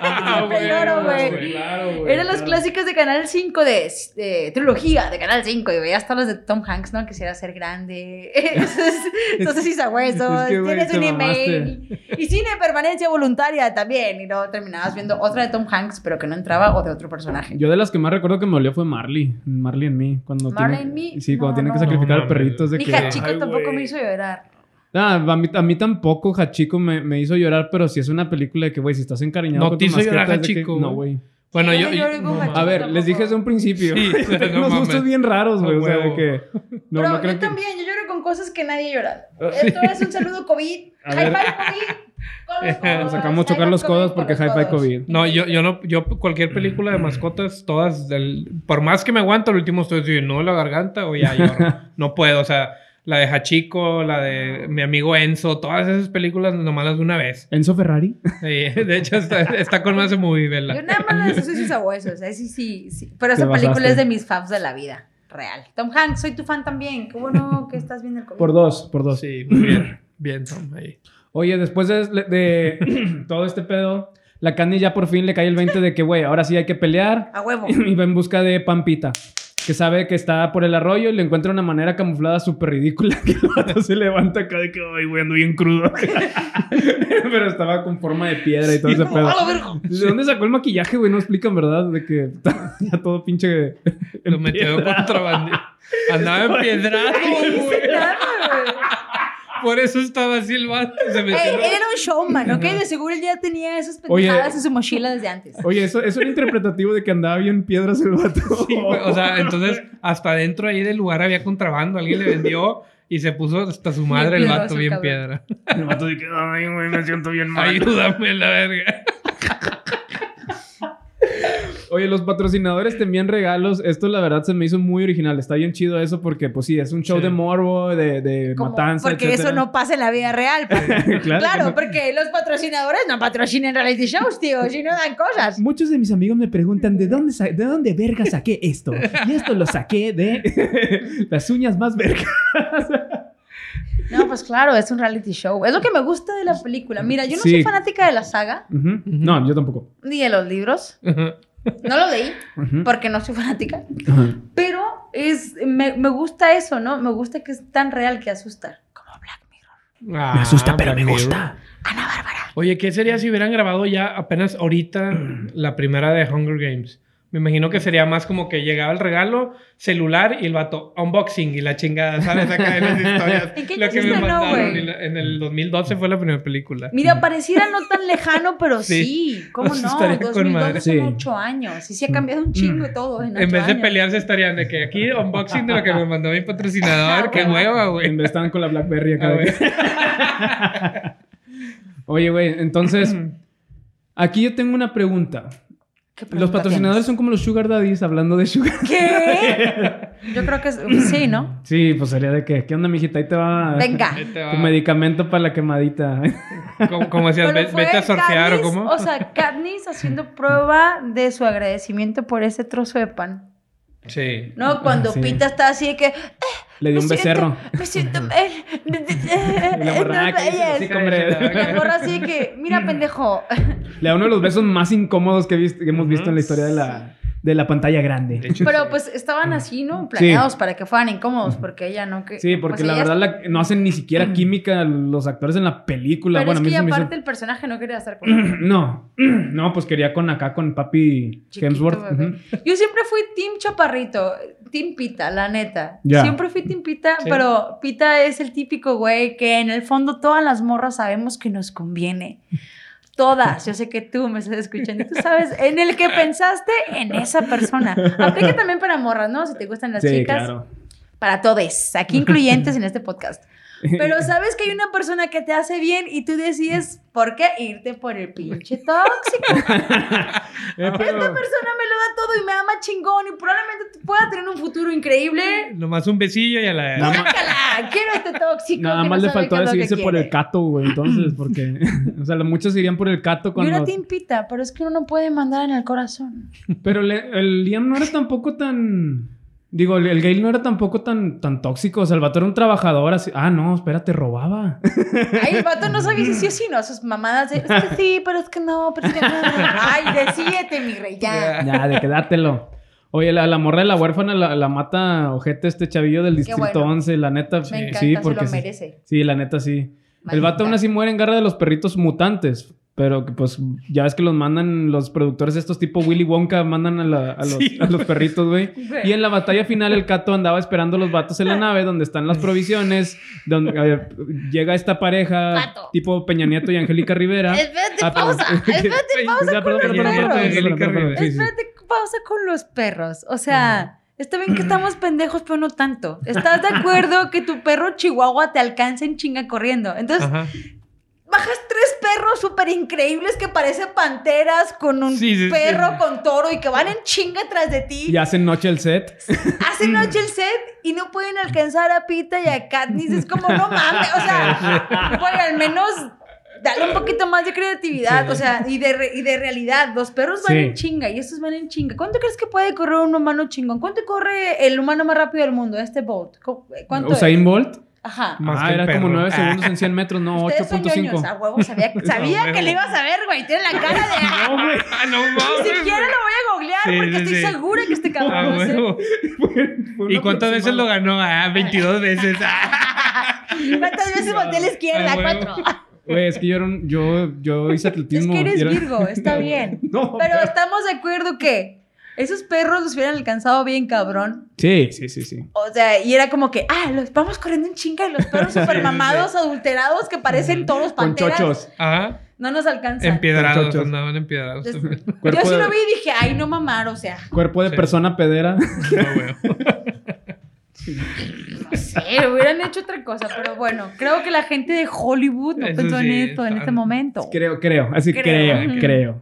Speaker 2: Ah,
Speaker 3: Siempre
Speaker 2: güey,
Speaker 3: lloro, güey.
Speaker 2: güey.
Speaker 3: Eran las clásicas de Canal 5 de, de trilogía de Canal 5 y veía hasta los de Tom Hanks, ¿no? Quisiera ser grande. Entonces, entonces Isahuesos,
Speaker 4: es que, güey,
Speaker 3: tienes
Speaker 4: te
Speaker 3: un email. Y cine de permanencia voluntaria también. Y luego terminabas viendo otra de Tom Hanks, pero que no entraba, o de otro personaje.
Speaker 4: Yo de las que más recuerdo que me olió fue Marley. Marley en mí. Cuando
Speaker 3: Marley
Speaker 4: tiene-
Speaker 3: en mí,
Speaker 4: Sí, cuando
Speaker 3: no,
Speaker 4: tiene que
Speaker 3: no.
Speaker 4: sacrificar
Speaker 2: No,
Speaker 4: al
Speaker 2: mames.
Speaker 4: perrito. es de
Speaker 3: Ni
Speaker 4: que-
Speaker 3: Hachico
Speaker 2: Ay,
Speaker 3: tampoco
Speaker 2: güey.
Speaker 3: me hizo llorar.
Speaker 4: Ah, a, mí, a mí tampoco Hachico me, me hizo llorar, pero sí es una película de que, güey, si estás encariñado
Speaker 2: No
Speaker 4: con
Speaker 2: te
Speaker 4: tu
Speaker 2: hizo llorar
Speaker 4: mascota, es de que-
Speaker 2: Hachiko,
Speaker 4: No,
Speaker 2: güey.
Speaker 4: güey.
Speaker 2: Bueno,
Speaker 3: Sí,
Speaker 2: yo.
Speaker 3: yo
Speaker 2: yo-
Speaker 3: digo,
Speaker 2: no,
Speaker 3: macho.
Speaker 4: A
Speaker 2: mames.
Speaker 4: ver, les dije
Speaker 3: tampoco.
Speaker 4: desde un principio.
Speaker 2: Sí, no
Speaker 4: unos
Speaker 2: mames.
Speaker 4: gustos bien raros, güey.
Speaker 2: A
Speaker 4: O sea, de
Speaker 2: huevo.
Speaker 4: que. No,
Speaker 3: pero
Speaker 4: no creo
Speaker 3: yo
Speaker 4: que- Ah,
Speaker 3: también, yo lloro con cosas que nadie llora. Esto es un saludo COVID.
Speaker 4: A ver.
Speaker 3: Hi-Fi COVID. Con los codos.
Speaker 4: Nos acabamos de chocar
Speaker 3: Hi-Fi
Speaker 4: los codos
Speaker 3: con
Speaker 4: porque
Speaker 3: los
Speaker 4: hi-fi
Speaker 3: codos.
Speaker 4: COVID.
Speaker 2: No, yo, yo no, yo cualquier película de mascotas, todas, del- por más que me aguanto, el último estoy así, no la garganta o ya lloro. no puedo, o sea, la de Hachico, la de mi amigo Enzo, todas esas películas nomás las de una vez.
Speaker 4: Enzo Ferrari.
Speaker 2: Sí, de hecho, está, está con más de movie, ¿verdad?
Speaker 3: Yo nada más la de sus sabuesos. Ahí sí, sí, sí. Pero
Speaker 4: Te
Speaker 3: esa película
Speaker 4: basaste.
Speaker 3: es de mis faves de la vida. Real. Tom Hanks, soy tu fan también. Qué bueno que estás viendo el COVID.
Speaker 4: Por dos, por dos.
Speaker 2: Sí, muy bien. Bien, Tom, ahí.
Speaker 4: Oye, después de, de todo este pedo, la Candy ya por fin le cae el 20 de que, güey, ahora sí hay que pelear.
Speaker 3: A huevo.
Speaker 4: Y va en busca de Pampita, que sabe que está por el arroyo y le encuentra una manera camuflada súper ridícula que el vato se levanta acá de que, ay, güey, ando bien crudo. Pero estaba con forma de piedra y todo ese pedo. ¿De dónde sacó el maquillaje, güey? No explican, ¿verdad? De que está ya todo pinche... en
Speaker 2: Lo metió
Speaker 4: piedra.
Speaker 2: contrabando. Andaba empiedrado, güey.
Speaker 3: Nada, güey.
Speaker 2: Por eso estaba así el vato. Se metió.
Speaker 3: Ey, él Eh, era un showman, ¿ok? De seguro él ya tenía esas
Speaker 4: Oye.
Speaker 3: pendejadas en su mochila desde antes.
Speaker 4: Oye, eso, eso era interpretativo de que andaba bien piedras el vato.
Speaker 2: Sí, güey, o sea, entonces hasta dentro ahí del lugar había contrabando. Alguien le vendió y se puso hasta su madre el
Speaker 3: piedroso,
Speaker 2: vato bien
Speaker 3: cabrón.
Speaker 2: piedra.
Speaker 4: el vato de que, ay, güey, me siento bien
Speaker 2: Ayúdame la verga.
Speaker 4: Oye, los patrocinadores te envían regalos. Esto, la verdad, se me hizo muy original. Está bien chido eso porque, pues sí, es un show
Speaker 2: Sí.
Speaker 4: de morbo, de, de
Speaker 3: Como-
Speaker 4: matanza,
Speaker 3: porque eso
Speaker 4: etcétera.
Speaker 3: no pasa en la vida real. pues.
Speaker 4: Claro.
Speaker 3: Claro,
Speaker 4: no.
Speaker 3: porque los patrocinadores no patrocinan reality shows, tío, si no dan cosas.
Speaker 4: Muchos de mis amigos me preguntan de dónde sa- de dónde verga saqué esto. Y esto lo saqué de las uñas más verga.
Speaker 3: No, pues claro, es un reality show. Es lo que me gusta de la película. Mira, yo no
Speaker 4: Sí.
Speaker 3: soy fanática de la saga
Speaker 4: Ujú. No, yo tampoco.
Speaker 3: ni de los libros. No lo leí
Speaker 4: Ujú.
Speaker 3: porque no soy fanática.
Speaker 4: Ajá.
Speaker 3: Pero es, me, me gusta eso, ¿no? Me gusta que es tan real que asusta. Como Black Mirror.
Speaker 2: Me
Speaker 3: Ana Bárbara.
Speaker 2: Ah, Oye, ¿qué sería si hubieran grabado ya apenas ahorita la primera de Hunger Games? Me imagino
Speaker 3: Mm.
Speaker 2: que sería más como que llegaba el regalo, celular y el vato unboxing y la chingada, ¿sabes? Acá de las historias.
Speaker 3: ¿En qué
Speaker 2: Lo que me
Speaker 3: consiste? No,
Speaker 2: mandaron
Speaker 3: güey.
Speaker 2: y la- en el 2012 fue la primera película.
Speaker 3: Mira, pareciera no tan lejano, pero sí.
Speaker 2: Sí.
Speaker 3: ¿Cómo
Speaker 2: Eso
Speaker 3: no?
Speaker 2: estaría con
Speaker 3: 2012
Speaker 2: madre.
Speaker 3: son
Speaker 4: Sí. Mm.
Speaker 3: ocho años. Y sí ha cambiado un chingo todo en ocho
Speaker 2: en vez de
Speaker 3: años.
Speaker 2: pelearse estarían de que aquí unboxing de lo que me mandó mi
Speaker 3: Ah,
Speaker 2: patrocinador, qué hueva,
Speaker 4: En
Speaker 2: güey.
Speaker 4: vez estaban con la Blackberry
Speaker 2: Ah,
Speaker 4: acá.
Speaker 2: güey.
Speaker 4: Oye, güey, entonces, aquí yo tengo una pregunta.
Speaker 3: ¿Qué pregunta
Speaker 4: Los patrocinadores son como los Sugar Daddies, hablando de Sugar
Speaker 3: tienes? ¿Qué? Yo creo que es- sí, ¿no?
Speaker 4: Sí, pues sería de que, ¿qué onda, mijita? Ahí te va
Speaker 3: Venga.
Speaker 2: Ahí te va.
Speaker 4: tu medicamento para la quemadita.
Speaker 2: Como, como decías,
Speaker 3: Pero
Speaker 2: ve-
Speaker 3: fue
Speaker 2: vete a sortear o
Speaker 3: Katniss,
Speaker 2: cómo.
Speaker 3: O sea, Katniss haciendo prueba de su agradecimiento por ese trozo de pan.
Speaker 2: sí.
Speaker 3: ¿No? Cuando
Speaker 4: Ah, sí.
Speaker 3: Pita está así de que...
Speaker 4: Le di
Speaker 3: me
Speaker 4: un
Speaker 3: siento-
Speaker 4: becerro.
Speaker 3: Me siento... eh, eh, eh,
Speaker 4: Y la morra,
Speaker 3: eh,
Speaker 4: ah, ¿qué dices?
Speaker 3: eh,
Speaker 4: Sí, hombre.
Speaker 3: La morra así de que, mira, pendejo.
Speaker 4: Le da uno de los besos más incómodos que, he visto- que hemos visto en la historia de la, de la pantalla grande.
Speaker 3: Pero pues estaban así, ¿no? Planeados para que fueran incómodos, porque ella no que.
Speaker 4: Sí, porque
Speaker 3: pues,
Speaker 4: la
Speaker 3: ella-
Speaker 4: verdad la- no hacen ni siquiera química los actores en la película.
Speaker 3: Pero
Speaker 4: bueno,
Speaker 3: es que
Speaker 4: a mí se me hizo-
Speaker 3: aparte el personaje no quería estar con
Speaker 4: No, no, pues quería con acá, con papi
Speaker 3: Chiquito,
Speaker 4: Hemsworth.
Speaker 3: bebé.
Speaker 4: Ujú.
Speaker 3: Yo siempre fui Team Chaparrito, Team Pita, la neta.
Speaker 4: Ya.
Speaker 3: Siempre fui Team Pita,
Speaker 2: Sí.
Speaker 3: pero Pita es el típico güey que en el fondo todas las morras sabemos que nos conviene. Todas, yo sé que tú me estás escuchando, y tú sabes, en el que pensaste, en esa persona. Aplica también para morras, ¿no? Si te gustan las
Speaker 4: Sí,
Speaker 3: chicas,
Speaker 4: claro.
Speaker 3: para todos, aquí incluyentes en este podcast.
Speaker 4: Eh,
Speaker 3: Pero sabes que hay una persona que te hace bien y tú decides por qué irte por el pinche tóxico.
Speaker 4: Eh, pero-
Speaker 3: Esta persona me lo da todo y me ama chingón y probablemente pueda tener un futuro increíble.
Speaker 2: Nomás un besillo y a la.
Speaker 4: Nada
Speaker 3: ¡Sácala! Quiero este tóxico.
Speaker 4: Nada
Speaker 3: que
Speaker 4: más
Speaker 3: no
Speaker 4: le
Speaker 3: sabe
Speaker 4: faltó
Speaker 3: qué es lo que
Speaker 4: decidirse por el
Speaker 3: quiere.
Speaker 4: cato, güey. Entonces, porque. o sea, muchos irían por el cato
Speaker 3: Yo
Speaker 4: cuando.
Speaker 3: era Team Pita, pero es que uno no puede mandar en el corazón.
Speaker 4: Pero le- el Liam no era tampoco tan. Digo, el, el Gail no era tampoco tan, tan tóxico. O sea, el vato era un trabajador así. Ah, no, espérate, robaba.
Speaker 3: Ay, el vato no sabía si sí o sí, no. Sus mamadas de, es que sí, pero es que no, pero es que no. Ay, decídete, mi rey, ya.
Speaker 4: ya, de quédatelo. Oye, la, la morra de la huérfana la, la mata ojete este chavillo del distrito
Speaker 3: bueno.
Speaker 4: 11. La neta, sí,
Speaker 3: Me encanta,
Speaker 4: sí,
Speaker 3: se
Speaker 4: porque.
Speaker 3: lo
Speaker 4: sí.
Speaker 3: merece.
Speaker 4: Sí, la neta, sí. El vato aún
Speaker 3: Maldita.
Speaker 4: así muere en garra de los perritos mutantes. Pero que pues ya ves que los mandan los productores estos tipo Willy Wonka, mandan a, la- a los,
Speaker 2: Sí,
Speaker 4: a los perritos, güey.
Speaker 3: Güey.
Speaker 4: Y en la batalla final el Cato andaba esperando a los vatos en la nave donde están las provisiones, donde eh, llega esta pareja
Speaker 3: Vato.
Speaker 4: tipo Peña Nieto y Angélica Rivera.
Speaker 3: Espérate,
Speaker 4: Ah, perdón.
Speaker 3: pausa. Espérate, pausa
Speaker 4: Ya, perdón,
Speaker 3: con
Speaker 4: perdón,
Speaker 3: los
Speaker 4: perdón,
Speaker 3: perros.
Speaker 4: perdón, perdón, perdón, perdón. Sí, sí.
Speaker 3: Espérate, pausa con los perros. O sea, está bien que estamos pendejos, pero no tanto. ¿Estás de acuerdo que tu perro chihuahua te alcanza en chinga corriendo? Entonces,
Speaker 2: Ajá.
Speaker 3: bajas tres perros súper increíbles que parecen panteras con un
Speaker 2: Sí, sí, sí.
Speaker 3: perro con toro y que van en chinga tras de ti.
Speaker 4: Y hacen noche el set.
Speaker 2: Mm.
Speaker 3: Hace noche el set y no pueden alcanzar a Pita y a Katniss. Es como, no mames. O sea, bueno, al menos dale un poquito más de creatividad. O sea, y de, re- y de realidad. Los perros van
Speaker 4: Sí.
Speaker 3: en chinga y estos van en chinga. ¿Cuánto crees que puede correr un humano chingón? ¿Cuánto corre el humano más rápido del mundo? Este Bolt. ¿Cu- ¿Cuánto? es?
Speaker 4: Usain Bolt.
Speaker 3: Ajá.
Speaker 2: Más
Speaker 4: ah,
Speaker 2: que el
Speaker 4: era como
Speaker 2: perro.
Speaker 4: 9 segundos en 100 metros, no,
Speaker 3: Ustedes son ñoños. A
Speaker 4: 8.5.
Speaker 3: huevo, sabía, sabía
Speaker 2: huevo.
Speaker 3: que le ibas a ver, güey. Tiene la cara de...
Speaker 4: No, güey.
Speaker 2: Ah, no mames.
Speaker 3: Ni siquiera lo voy a googlear
Speaker 2: Sí,
Speaker 3: porque
Speaker 2: sí,
Speaker 3: estoy
Speaker 2: sí.
Speaker 3: segura que este cabrón
Speaker 2: Ah,
Speaker 3: lo hace.
Speaker 2: huevo. ¿Y cuántas veces lo ganó? Ah, 22 veces. Ah.
Speaker 3: ¿Cuántas veces volteé a la izquierda?
Speaker 2: Ah, huevo.
Speaker 3: Cuatro.
Speaker 4: Güey, es que yo, era un- yo, yo hice
Speaker 3: Es
Speaker 4: atletismo.
Speaker 3: que
Speaker 4: y
Speaker 3: eres
Speaker 4: era-
Speaker 3: Virgo, está bien.
Speaker 4: No,
Speaker 3: Pero estamos de acuerdo que Esos perros los hubieran alcanzado bien cabrón.
Speaker 4: Sí, sí, sí, sí.
Speaker 3: O sea, y era como que, ah, los vamos corriendo en chinga y los perros super mamados, adulterados, que parecen todos
Speaker 4: Con
Speaker 3: panteras.
Speaker 4: chochos.
Speaker 2: Ajá.
Speaker 3: No nos alcanzan.
Speaker 2: Empiedrados,
Speaker 4: Chochos.
Speaker 2: andaban empiedrados. también.
Speaker 3: Entonces, Yo
Speaker 4: Cuerpo
Speaker 3: sí
Speaker 4: de-
Speaker 3: lo vi y dije, ay, no mamar, o sea.
Speaker 4: Cuerpo de
Speaker 2: Sí.
Speaker 4: persona pedera.
Speaker 2: No, güey.
Speaker 3: No sé, hubieran hecho otra cosa, pero bueno, creo que la gente de Hollywood no
Speaker 2: Eso
Speaker 3: pensó
Speaker 2: sí,
Speaker 3: en esto en
Speaker 2: está-
Speaker 3: este momento.
Speaker 4: creo, creo. Así
Speaker 3: Creo.
Speaker 4: creo,
Speaker 3: Ujú.
Speaker 4: creo.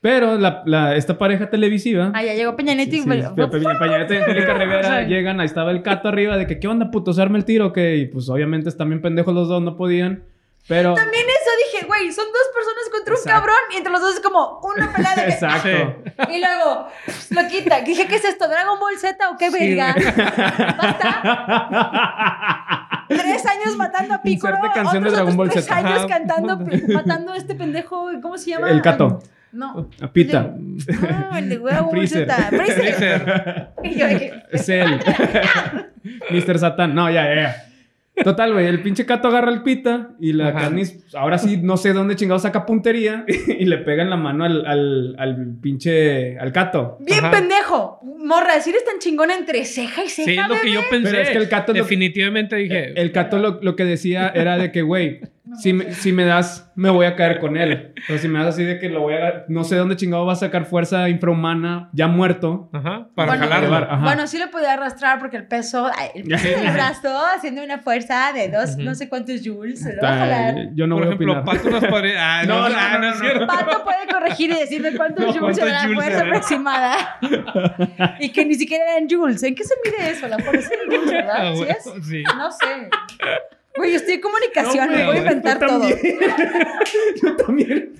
Speaker 4: Pero la, la- esta pareja televisiva.
Speaker 3: Ah, ya llegó Peña Nieto
Speaker 4: Sí,
Speaker 3: y...
Speaker 4: sí, Pe- Pe- Peñanete y Angélica Rivera
Speaker 3: Sí.
Speaker 4: llegan, ahí estaba el cato arriba de que qué onda putos, arme el tiro, que y pues obviamente están bien pendejos los dos, no podían, pero
Speaker 3: También eso dije, güey, son dos personas contra un
Speaker 4: Exacto.
Speaker 3: cabrón y entre los dos es como una pelea de... que-
Speaker 4: exacto.
Speaker 3: Y luego, pss, lo quita. Dije, ¿qué es esto? ¿Dragon Ball Z o qué
Speaker 2: Sí,
Speaker 3: verga? Basta. Tres años matando a Piccolo.
Speaker 4: Inserte canción de
Speaker 3: otros
Speaker 4: Dragon Ball
Speaker 3: tres
Speaker 4: Z.
Speaker 3: años
Speaker 2: Ajá.
Speaker 3: cantando, pe- matando a este pendejo. ¿Cómo se llama?
Speaker 4: El Cato.
Speaker 3: No.
Speaker 4: A Pita,
Speaker 3: No, el de Dragon Ball
Speaker 4: Freezer.
Speaker 3: Z. Freezer.
Speaker 2: Freezer.
Speaker 3: Y yo dije,
Speaker 4: Cell, Mr. Satan, no, ya, ya, ya. Total, güey, el pinche cato agarra el pita y la
Speaker 2: Ajá.
Speaker 4: Katniss, ahora sí, no sé dónde chingado saca puntería y le pega en la mano al, al, al pinche, al cato.
Speaker 3: Bien
Speaker 2: Ajá.
Speaker 3: pendejo. Morra, si eres tan chingona entre ceja y ceja,
Speaker 2: Sí, es lo que yo pensé.
Speaker 4: Pero es que el Eh, gato es lo-
Speaker 2: Definitivamente dije.
Speaker 4: El cato lo, lo que decía era de que, güey, si me, si me das, me voy a caer con él. Pero si me das así de que lo voy a... No sé dónde chingado va a sacar fuerza infrahumana, ya muerto.
Speaker 2: Ajá. Para
Speaker 3: Bueno,
Speaker 4: llevar,
Speaker 2: jalarlo.
Speaker 4: ajá.
Speaker 3: Bueno, sí lo podía arrastrar porque el peso, ay, el peso del brazo haciendo una fuerza de dos,
Speaker 2: Ujú.
Speaker 3: no sé cuántos joules, se lo va a
Speaker 4: Está-
Speaker 3: jalar.
Speaker 4: yo no
Speaker 2: Por
Speaker 4: voy a
Speaker 2: ejemplo,
Speaker 4: opinar.
Speaker 2: Pato las paredes. Ah,
Speaker 4: No,
Speaker 2: no,
Speaker 4: no,
Speaker 2: ah,
Speaker 4: no,
Speaker 2: no
Speaker 4: no,
Speaker 2: es cierto.
Speaker 3: Pato puede corregir y decirme cuántos
Speaker 2: No,
Speaker 3: joules era
Speaker 2: cuántos
Speaker 3: la
Speaker 2: joules
Speaker 3: fuerza
Speaker 2: era.
Speaker 3: aproximada. y que ni siquiera eran joules. ¿En qué se mide eso? La fuerza en joules,
Speaker 2: Ah,
Speaker 3: ¿verdad? ¿Sí
Speaker 2: bueno,
Speaker 3: es? Ah,
Speaker 2: sí.
Speaker 3: No sé. Güey, yo estoy en comunicación,
Speaker 4: No,
Speaker 3: me
Speaker 4: güey,
Speaker 3: voy a inventar
Speaker 4: yo
Speaker 3: todo.
Speaker 4: también. yo también.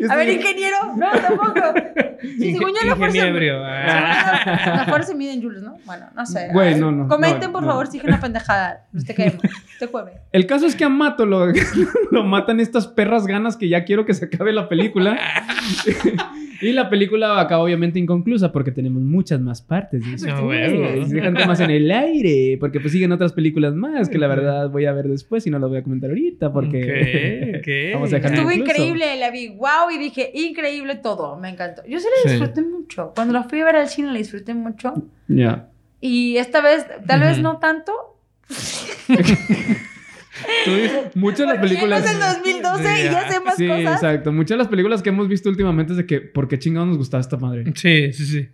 Speaker 4: Yo
Speaker 3: A ver,
Speaker 4: estoy-
Speaker 3: ingeniero. No, tampoco. Sí, según yo la fuerza.
Speaker 2: Ingeniebrio. ah.
Speaker 3: La fuerza se mide en joules, ¿no? Bueno, no sé.
Speaker 4: Güey, no, no,
Speaker 3: Comenten,
Speaker 4: no,
Speaker 3: por
Speaker 4: no.
Speaker 3: favor, si dije una pendejada. Este No te queremos. Te cueve.
Speaker 4: El caso es que a Mato lo, lo matan estas perras ganas que ya quiero que se acabe la película. y la película acaba obviamente inconclusa porque tenemos muchas más partes.
Speaker 3: pues
Speaker 4: de eso.
Speaker 2: No, huevo.
Speaker 4: Y se dejan temas en el aire, porque pues siguen otras películas más que la verdad voy a ver después y no lo voy a comentar ahorita porque
Speaker 2: Ok, ok.
Speaker 4: vamos a dejar
Speaker 3: Estuvo
Speaker 4: inconcluso.
Speaker 3: increíble, la vi, wow, y dije, increíble todo, me encantó. Yo sí la
Speaker 2: Sí.
Speaker 3: disfruté mucho. Cuando la fui a ver al cine la disfruté mucho.
Speaker 4: Ya.
Speaker 3: Y esta vez, tal vez
Speaker 2: Ujú.
Speaker 3: no tanto.
Speaker 4: Tú dices, muchas de las
Speaker 3: porque ya no
Speaker 4: películas
Speaker 3: es el 2012 y ya sé más
Speaker 4: Sí,
Speaker 3: cosas.
Speaker 4: exacto. Muchas de las películas que hemos visto últimamente es de que por qué chingados nos gustaba esta madre.
Speaker 2: Sí, sí, sí.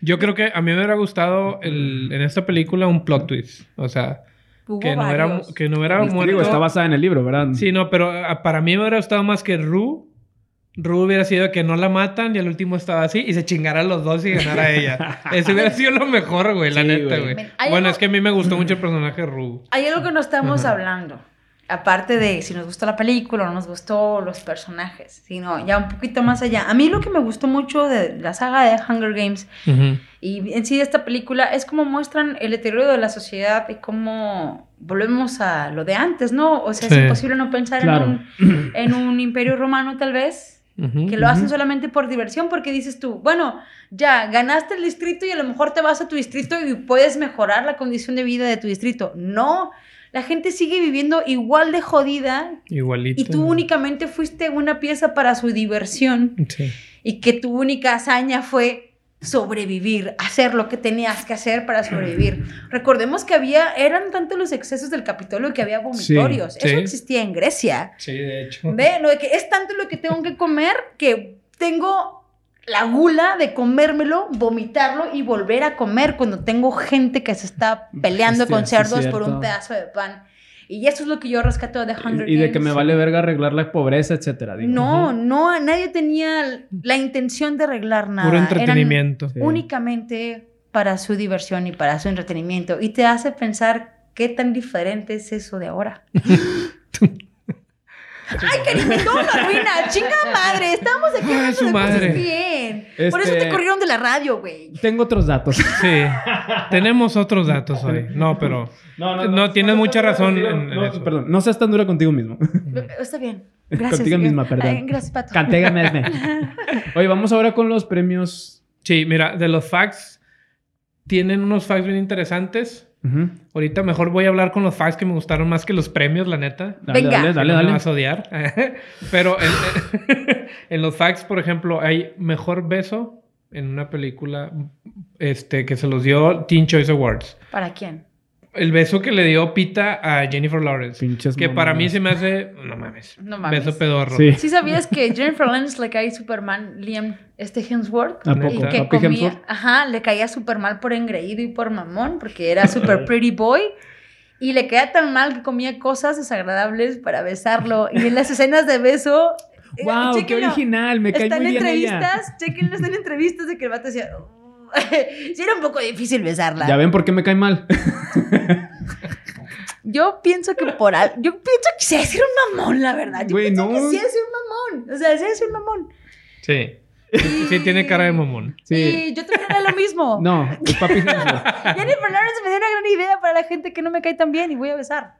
Speaker 2: Yo creo que a mí me hubiera gustado el- en esta película un plot twist. O sea,
Speaker 3: Hubo
Speaker 2: que no, hubiera,
Speaker 3: varios.
Speaker 2: que no hubiera muerto.
Speaker 4: Este, Digo, está basada en el libro, ¿verdad?
Speaker 2: Sí, no, pero ah, para mí me hubiera gustado más que Ru. Ru hubiera sido que no la matan y al último estaba así y se chingara a los dos y ganara ella. Eso hubiera sido lo mejor, güey, la
Speaker 4: Sí,
Speaker 2: neta,
Speaker 4: güey.
Speaker 2: güey.
Speaker 3: Hay
Speaker 2: Bueno,
Speaker 3: algo-
Speaker 2: es que a mí me gustó mucho el personaje de Ru.
Speaker 3: Hay algo que no estamos
Speaker 2: Ajá.
Speaker 3: hablando. Aparte de si nos gustó la película o no nos gustó los personajes, sino ya un poquito más allá. A mí lo que me gustó mucho de la saga de Hunger Games y en sí de esta película es cómo muestran el deterioro de la sociedad y cómo volvemos a lo de antes, ¿no? O sea,
Speaker 2: Sí.
Speaker 3: es imposible no pensar
Speaker 4: Claro.
Speaker 3: en, un, en un imperio romano tal vez,
Speaker 2: Ujú.
Speaker 3: que lo hacen
Speaker 4: Ujú.
Speaker 3: solamente por diversión, porque dices tú, bueno, ya ganaste el distrito y a lo mejor te vas a tu distrito y puedes mejorar la condición de vida de tu distrito. No, la gente sigue viviendo igual de jodida
Speaker 2: Igualito.
Speaker 3: y tú únicamente fuiste una pieza para su diversión
Speaker 2: Sí.
Speaker 3: y que tu única hazaña fue sobrevivir, hacer lo que tenías que hacer para sobrevivir. Recordemos que había, eran tanto los excesos del Capitolio que había vomitorios.
Speaker 2: sí.
Speaker 3: Eso existía en Grecia.
Speaker 2: Sí, de hecho.
Speaker 3: Ve, lo de que es tanto lo que tengo que comer que tengo la gula de comérmelo, vomitarlo y volver a comer cuando tengo gente que se está peleando
Speaker 4: Sí,
Speaker 3: con
Speaker 4: sí,
Speaker 3: cerdos por
Speaker 4: cierto.
Speaker 3: un pedazo de pan. Y eso es lo que yo rescato de Hunger
Speaker 4: Y, y de que me
Speaker 3: Games.
Speaker 4: vale verga arreglar la pobreza, etcétera. digo.
Speaker 3: No, no, nadie tenía la intención de arreglar nada.
Speaker 2: Puro
Speaker 3: Eran
Speaker 2: entretenimiento.
Speaker 4: Sí.
Speaker 3: únicamente para su diversión y para su entretenimiento. Y te hace pensar qué tan diferente es eso de ahora. Ay, cariño, todo la ruina, chinga madre. Estamos aquí
Speaker 2: Ay,
Speaker 3: hablando
Speaker 2: su
Speaker 3: de
Speaker 2: madre.
Speaker 3: cosas bien. Por eso
Speaker 4: Este-
Speaker 3: te corrieron de la radio, güey.
Speaker 4: Tengo otros datos.
Speaker 2: Sí. Tenemos otros datos hoy. No, pero. no, No, no, tienes no seas mucha tan dura razón contigo. en- en
Speaker 4: no,
Speaker 2: eso.
Speaker 4: Perdón, no seas tan dura contigo mismo.
Speaker 3: Está bien. Gracias.
Speaker 4: Contigo misma,
Speaker 3: Ay,
Speaker 4: perdón.
Speaker 3: gracias, Pato.
Speaker 4: Cantégame. Esme. Oye, vamos ahora con los premios.
Speaker 2: Sí, mira, de los facts. Tienen unos facts bien interesantes.
Speaker 4: Ujú.
Speaker 2: Ahorita mejor voy a hablar con los facts que me gustaron más que los premios, la neta.
Speaker 4: Dale,
Speaker 3: Venga.
Speaker 4: Dale,
Speaker 2: Que
Speaker 4: dale,
Speaker 2: no me
Speaker 4: dale.
Speaker 2: vas a odiar. Pero en, en los facts, por ejemplo, hay mejor beso, en una película este, que se los dio Teen Choice Awards.
Speaker 3: ¿Para quién?
Speaker 2: El beso que le dio Pita a Jennifer Lawrence.
Speaker 4: Pinches
Speaker 2: que para mí
Speaker 4: mamones.
Speaker 2: se me hace. No mames.
Speaker 3: No mames.
Speaker 2: Beso pedorro.
Speaker 4: Sí.
Speaker 3: ¿Sí sabías que Jennifer Lawrence le cae super mal Liam este Hemsworth?
Speaker 4: ¿A
Speaker 2: ¿Neta?
Speaker 4: poco?
Speaker 3: Y que
Speaker 4: ¿Papi Hemsworth?
Speaker 3: comía, ajá, le caía súper mal por engreído y por mamón, porque era súper pretty boy. Y le caía tan mal que comía cosas desagradables para besarlo. Y en las escenas de beso. eh,
Speaker 4: ¡Wow! ¡Qué
Speaker 3: chéquenlo.
Speaker 4: original! Me cae
Speaker 3: Están
Speaker 4: muy bien ella.
Speaker 3: entrevistas, chequenlo, están entrevistas de que el vato decía. "Oh". sí, era un poco difícil besarla.
Speaker 4: Ya ven por qué me cae mal.
Speaker 3: Yo pienso que por algo. Yo pienso que sí es un mamón, la verdad. Yo
Speaker 4: Güey,
Speaker 3: pienso
Speaker 4: no.
Speaker 3: que sí es un mamón. O sea, sí es un mamón.
Speaker 2: Sí. Sí, tiene cara de mamón.
Speaker 4: Sí.
Speaker 3: Y yo también era lo mismo.
Speaker 4: No, es papi Hemsworth.
Speaker 3: Jennifer Lawrence me dio una gran idea para la gente que no me cae tan bien y voy a besar.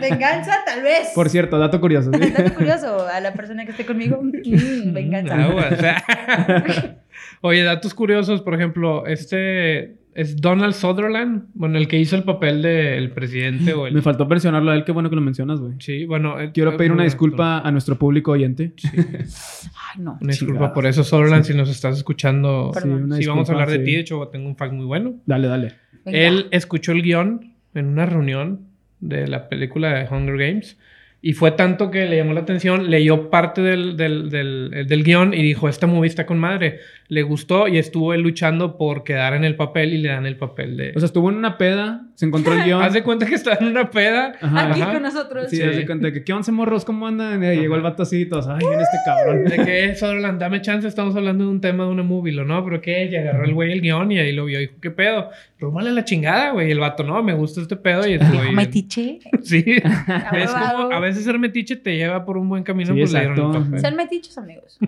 Speaker 3: Venganza, tal vez.
Speaker 4: Por cierto, dato curioso. ¿sí?
Speaker 3: Dato curioso a la persona que esté conmigo. Mm,
Speaker 4: Ah,
Speaker 3: venganza.
Speaker 2: Aguas. Oye, datos curiosos. Por ejemplo, este es Donald Sutherland. Bueno, el que hizo el papel del presidente o el.
Speaker 4: Me faltó mencionarlo a él. Qué bueno que lo mencionas, güey.
Speaker 2: Sí, bueno. eh,
Speaker 4: Quiero pedir
Speaker 2: muy
Speaker 4: una
Speaker 2: buen actor.
Speaker 4: disculpa a nuestro público oyente.
Speaker 3: Ay, no.
Speaker 2: Una disculpa
Speaker 4: Chingados.
Speaker 2: por eso, Sutherland, si nos estás escuchando.
Speaker 3: Perdón.
Speaker 4: Sí, una
Speaker 2: sí, vamos a
Speaker 4: disculpa,
Speaker 2: hablar de
Speaker 4: sí.
Speaker 2: ti. De hecho, tengo un fact muy bueno.
Speaker 4: Dale, dale.
Speaker 3: Venga.
Speaker 2: Él escuchó el guión en una reunión de la película de Hunger Games y fue tanto que le llamó la atención, leyó parte del, del, del- eh, del guión y dijo, esta movie está con madre, le gustó y estuvo él luchando por quedar en el papel y le dan el papel de...
Speaker 4: O sea, estuvo en una peda, se encontró el guión.
Speaker 2: Haz de cuenta que está en una peda.
Speaker 4: Ajá.
Speaker 3: Aquí
Speaker 2: Ajá.
Speaker 3: con nosotros.
Speaker 4: Sí,
Speaker 2: Sí.
Speaker 4: haz de cuenta que, ¿qué once morros? ¿Cómo andan? Y llegó el vato así y todos, ay, en este cabrón.
Speaker 2: De que "Eh, Sutherland, dame chance, estamos hablando de un tema de una movie, lo no, pero que ella agarró el güey el guión y ahí lo vio y dijo, ¿qué pedo? Pero vale la chingada, güey. Y el vato, no, me gusta este pedo y estoy.
Speaker 3: Ay, Metiche.
Speaker 2: Sí. Es
Speaker 3: huevo.
Speaker 2: como, a veces ser metiche te lleva por un buen camino,
Speaker 4: Sí,
Speaker 2: pues le dieron el
Speaker 4: exacto.
Speaker 2: papel.
Speaker 3: Sean metichos, amigos.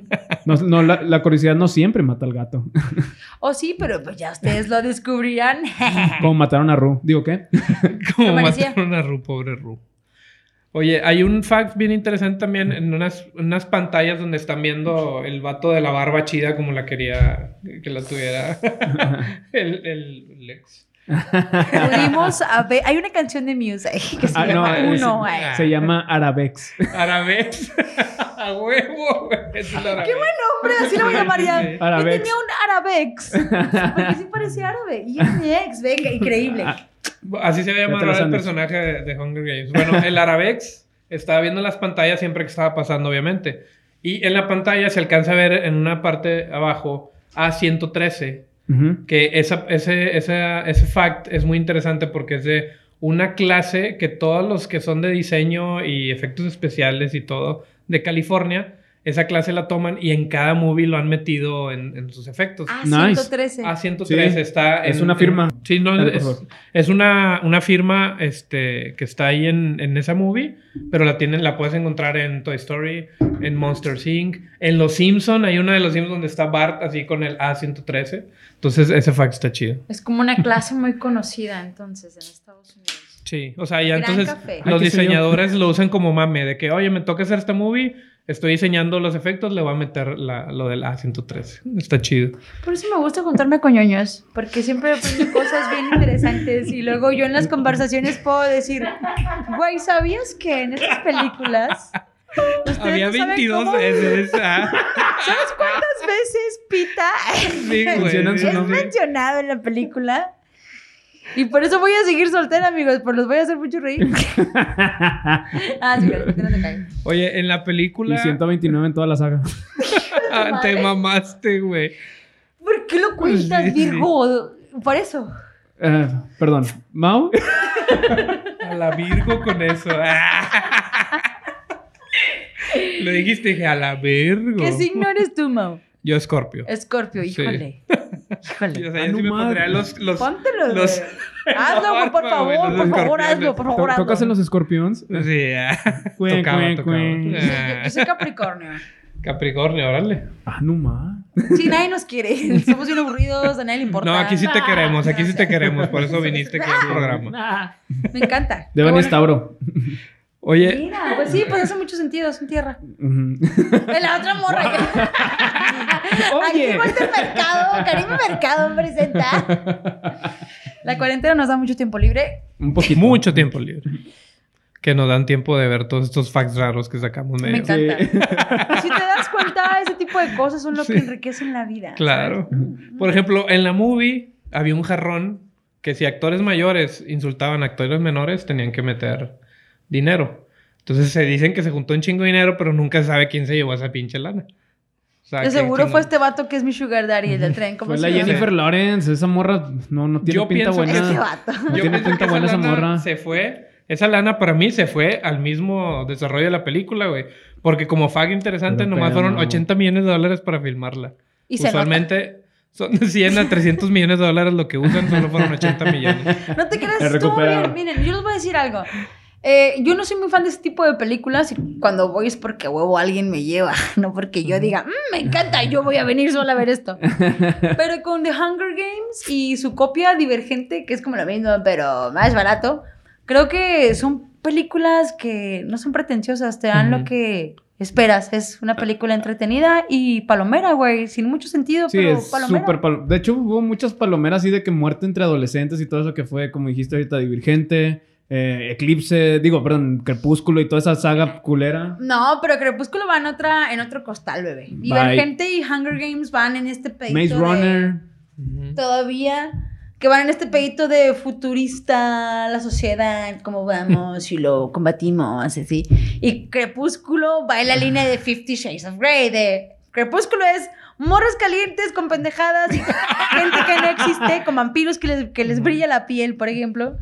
Speaker 4: No, no, la, la curiosidad no siempre mata al gato.
Speaker 3: O sí, pero pues ya ustedes lo descubrirán.
Speaker 4: Como mataron a Ru. Digo, ¿qué?
Speaker 2: Como
Speaker 3: Aparecía.
Speaker 2: mataron a Ru, pobre Ru. Oye, hay un fact bien interesante también en unas, unas pantallas donde están viendo el vato de la barba chida como la quería que la tuviera el, el Lex.
Speaker 3: Pudimos a ver. Hay una canción de Muse que se
Speaker 4: Ah,
Speaker 3: llama
Speaker 4: no, es-
Speaker 3: Uno. eh.
Speaker 2: Ah.
Speaker 3: ay.
Speaker 4: Se llama Arabex.
Speaker 2: Arabes. a huevo, güey. Es el
Speaker 3: Qué
Speaker 2: Arabex.
Speaker 3: buen nombre, así lo voy a llamar ya.
Speaker 2: Sí.
Speaker 3: Yo
Speaker 4: Arabex.
Speaker 3: tenía un Arabex. Porque sí parecía árabe. Y es mi ex, venga, increíble.
Speaker 4: Ah,
Speaker 2: Así se va a
Speaker 4: Ya te
Speaker 2: llamar
Speaker 4: los
Speaker 2: ahora el
Speaker 4: andes.
Speaker 2: personaje de, de Hunger Games. Bueno, el Arabex estaba viendo las pantallas siempre que estaba pasando, obviamente. Y en la pantalla se alcanza a ver en una parte abajo A113,
Speaker 4: Ujú.
Speaker 2: que esa, ese, esa- ese fact es muy interesante porque es de una clase que todos los que son de diseño y efectos especiales y todo de California, esa clase la toman y en cada movie lo han metido en, en sus efectos.
Speaker 3: Ah, A113.
Speaker 2: Ah, A113
Speaker 4: Sí,
Speaker 2: está
Speaker 4: es una firma.
Speaker 2: sí, no,
Speaker 4: Dale, por
Speaker 2: es,
Speaker 4: favor.
Speaker 2: es una, una firma este, que está ahí en, en esa movie, pero la tienen, la puedes encontrar en Toy Story, en Monster Inc., en Los Simpson, hay una de Los Simpsons donde está Bart así con el A113. Entonces, ese fact está chido.
Speaker 3: Es como una clase muy conocida entonces en Estados Unidos.
Speaker 2: Sí, o sea, ya
Speaker 3: Gran
Speaker 2: entonces
Speaker 3: café.
Speaker 4: Ay,
Speaker 2: los
Speaker 4: qué señor.
Speaker 2: diseñadores lo usan como mame, de que, oye, me toca hacer esta movie, estoy diseñando los efectos, le voy a meter la- lo del A113. Está chido.
Speaker 3: Por eso me gusta juntarme con ñoños, porque siempre aprendo cosas bien interesantes y luego yo en las conversaciones puedo decir, güey, ¿sabías que en estas películas... ustedes
Speaker 2: Había
Speaker 3: no saben
Speaker 2: 22
Speaker 3: cómo-
Speaker 2: veces. ah.
Speaker 3: ¿Sabes cuántas veces Pita
Speaker 2: Sí, güey.
Speaker 4: Mencionan
Speaker 3: Pues,
Speaker 4: su
Speaker 3: es
Speaker 4: nombre.
Speaker 3: mencionado en la película? Y por eso voy a seguir soltera, amigos, por los voy a hacer mucho reír. ah, sí, pero no te cae.
Speaker 2: Oye, en la película...
Speaker 4: Y 129 en toda la saga.
Speaker 2: Ah, te mamaste, güey.
Speaker 3: ¿Por qué lo cuentas,
Speaker 2: Pues Sí, sí.
Speaker 3: Virgo? Por eso.
Speaker 4: Eh, perdón. ¿Mau?
Speaker 2: A la Virgo con eso. Lo dijiste, dije, a la Virgo.
Speaker 3: ¿Qué signo eres tú, Mau?
Speaker 2: Yo, Scorpio.
Speaker 3: Escorpio,
Speaker 2: Sí.
Speaker 3: híjole.
Speaker 2: Y, o
Speaker 3: Híjole.
Speaker 2: sea,
Speaker 4: Ah,
Speaker 2: yo
Speaker 4: no
Speaker 2: sí me
Speaker 4: madre.
Speaker 2: pondría los... los
Speaker 3: Póntelo. güey.
Speaker 2: los-
Speaker 3: Hazlo, güey, por
Speaker 2: barba, güey,
Speaker 3: favor,
Speaker 2: los
Speaker 3: por favor,
Speaker 2: escorpiones.
Speaker 3: hazlo, por favor,
Speaker 4: ¿To-
Speaker 3: hazlo.
Speaker 4: ¿Tocas en los escorpions?
Speaker 2: Sí, ah.
Speaker 4: Cuen,
Speaker 2: tocaba,
Speaker 4: cuen,
Speaker 2: tocaba.
Speaker 4: cuen.
Speaker 3: Sí,
Speaker 2: Ah.
Speaker 3: yo, yo soy Capricornio.
Speaker 2: Capricornio, órale.
Speaker 4: Ah, no ma.
Speaker 3: Sí, nadie nos quiere. Somos bien aburridos, a nadie le importa.
Speaker 2: No, aquí sí te queremos, aquí sí te queremos. Por eso viniste aquí al
Speaker 3: Ah.
Speaker 2: programa.
Speaker 3: Me encanta.
Speaker 4: Deben
Speaker 3: Qué
Speaker 4: es Tauro.
Speaker 2: Oye,
Speaker 3: Mira, pues sí, pues hace mucho sentido, son tierra.
Speaker 4: Ujú.
Speaker 3: De la otra morra. Aquí vuelta el mercado, Karime Mercado presenta. La cuarentena nos da mucho tiempo libre.
Speaker 4: Un poquito.
Speaker 2: mucho tiempo libre. Que nos dan tiempo de ver todos estos facts raros que sacamos
Speaker 3: Me
Speaker 2: medio.
Speaker 3: encanta. Si te das cuenta, Ajá, ese tipo de cosas son lo que
Speaker 2: Sí.
Speaker 3: enriquecen la vida.
Speaker 2: Claro. Por ejemplo, en la movie había un jarrón que si actores mayores insultaban a actores menores, tenían que meter dinero. Entonces se dicen que se juntó un chingo de dinero, pero nunca se sabe quién se llevó esa pinche lana. O sea,
Speaker 3: De
Speaker 2: que-
Speaker 3: seguro
Speaker 2: que
Speaker 3: fue
Speaker 2: no-
Speaker 3: este vato que es mi sugar daddy, el del tren. ¿Cómo
Speaker 4: Fue
Speaker 3: se
Speaker 4: la
Speaker 3: llama?
Speaker 4: Jennifer Lawrence, esa morra no, no tiene
Speaker 2: Yo
Speaker 4: pinta
Speaker 2: pienso que
Speaker 4: buena.
Speaker 3: Este vato.
Speaker 4: No
Speaker 2: Yo
Speaker 4: tiene
Speaker 2: pienso
Speaker 4: pinta
Speaker 2: que
Speaker 4: buena
Speaker 2: esa
Speaker 4: esa
Speaker 2: lana
Speaker 4: morra.
Speaker 2: se fue. Esa lana para mí se fue al mismo desarrollo de la película, güey. Porque como fag interesante,
Speaker 4: Pero
Speaker 2: nomás
Speaker 4: pedo,
Speaker 2: fueron
Speaker 4: no.
Speaker 2: 80 millones de dólares para filmarla.
Speaker 3: Y se nota.
Speaker 2: Usualmente son de 100 a 300 millones de dólares lo que usan, solo fueron 80 millones.
Speaker 3: No te creas,
Speaker 4: La
Speaker 3: estuvo bien.
Speaker 4: recuperaron.
Speaker 3: Miren, yo les voy a decir algo. Eh, yo no soy muy fan de ese tipo de películas y cuando voy es porque huevo alguien me lleva, no porque yo diga, "Mm, me encanta, yo voy a venir sola a ver esto. Pero con The Hunger Games y su copia divergente, que es como lo mismo, pero más barato, creo que son películas que no son pretenciosas, te dan lo
Speaker 4: Ujú. Ah.
Speaker 3: que esperas. Es una película entretenida y palomera, güey, sin mucho sentido,
Speaker 4: Sí,
Speaker 3: pero
Speaker 4: es
Speaker 3: palomera.
Speaker 4: súper palo- De hecho, hubo muchas palomeras así de que muerte entre adolescentes y todo eso que fue, como dijiste ahorita, Divergente, eh, Eclipse, digo, perdón, Crepúsculo y toda esa saga culera.
Speaker 3: No, pero Crepúsculo va en, otra, en otro costal, bebé. Divergente y Hunger Games van en este pedito.
Speaker 4: Maze
Speaker 3: de-
Speaker 4: Runner.
Speaker 3: Todavía. Que van en este pedito de futurista, la sociedad, cómo vamos y lo combatimos, así. Y Crepúsculo va en la línea de Fifty Shades of Grey. De Crepúsculo es morros calientes con pendejadas y gente que no existe, con vampiros que les, que les brilla la piel, por ejemplo.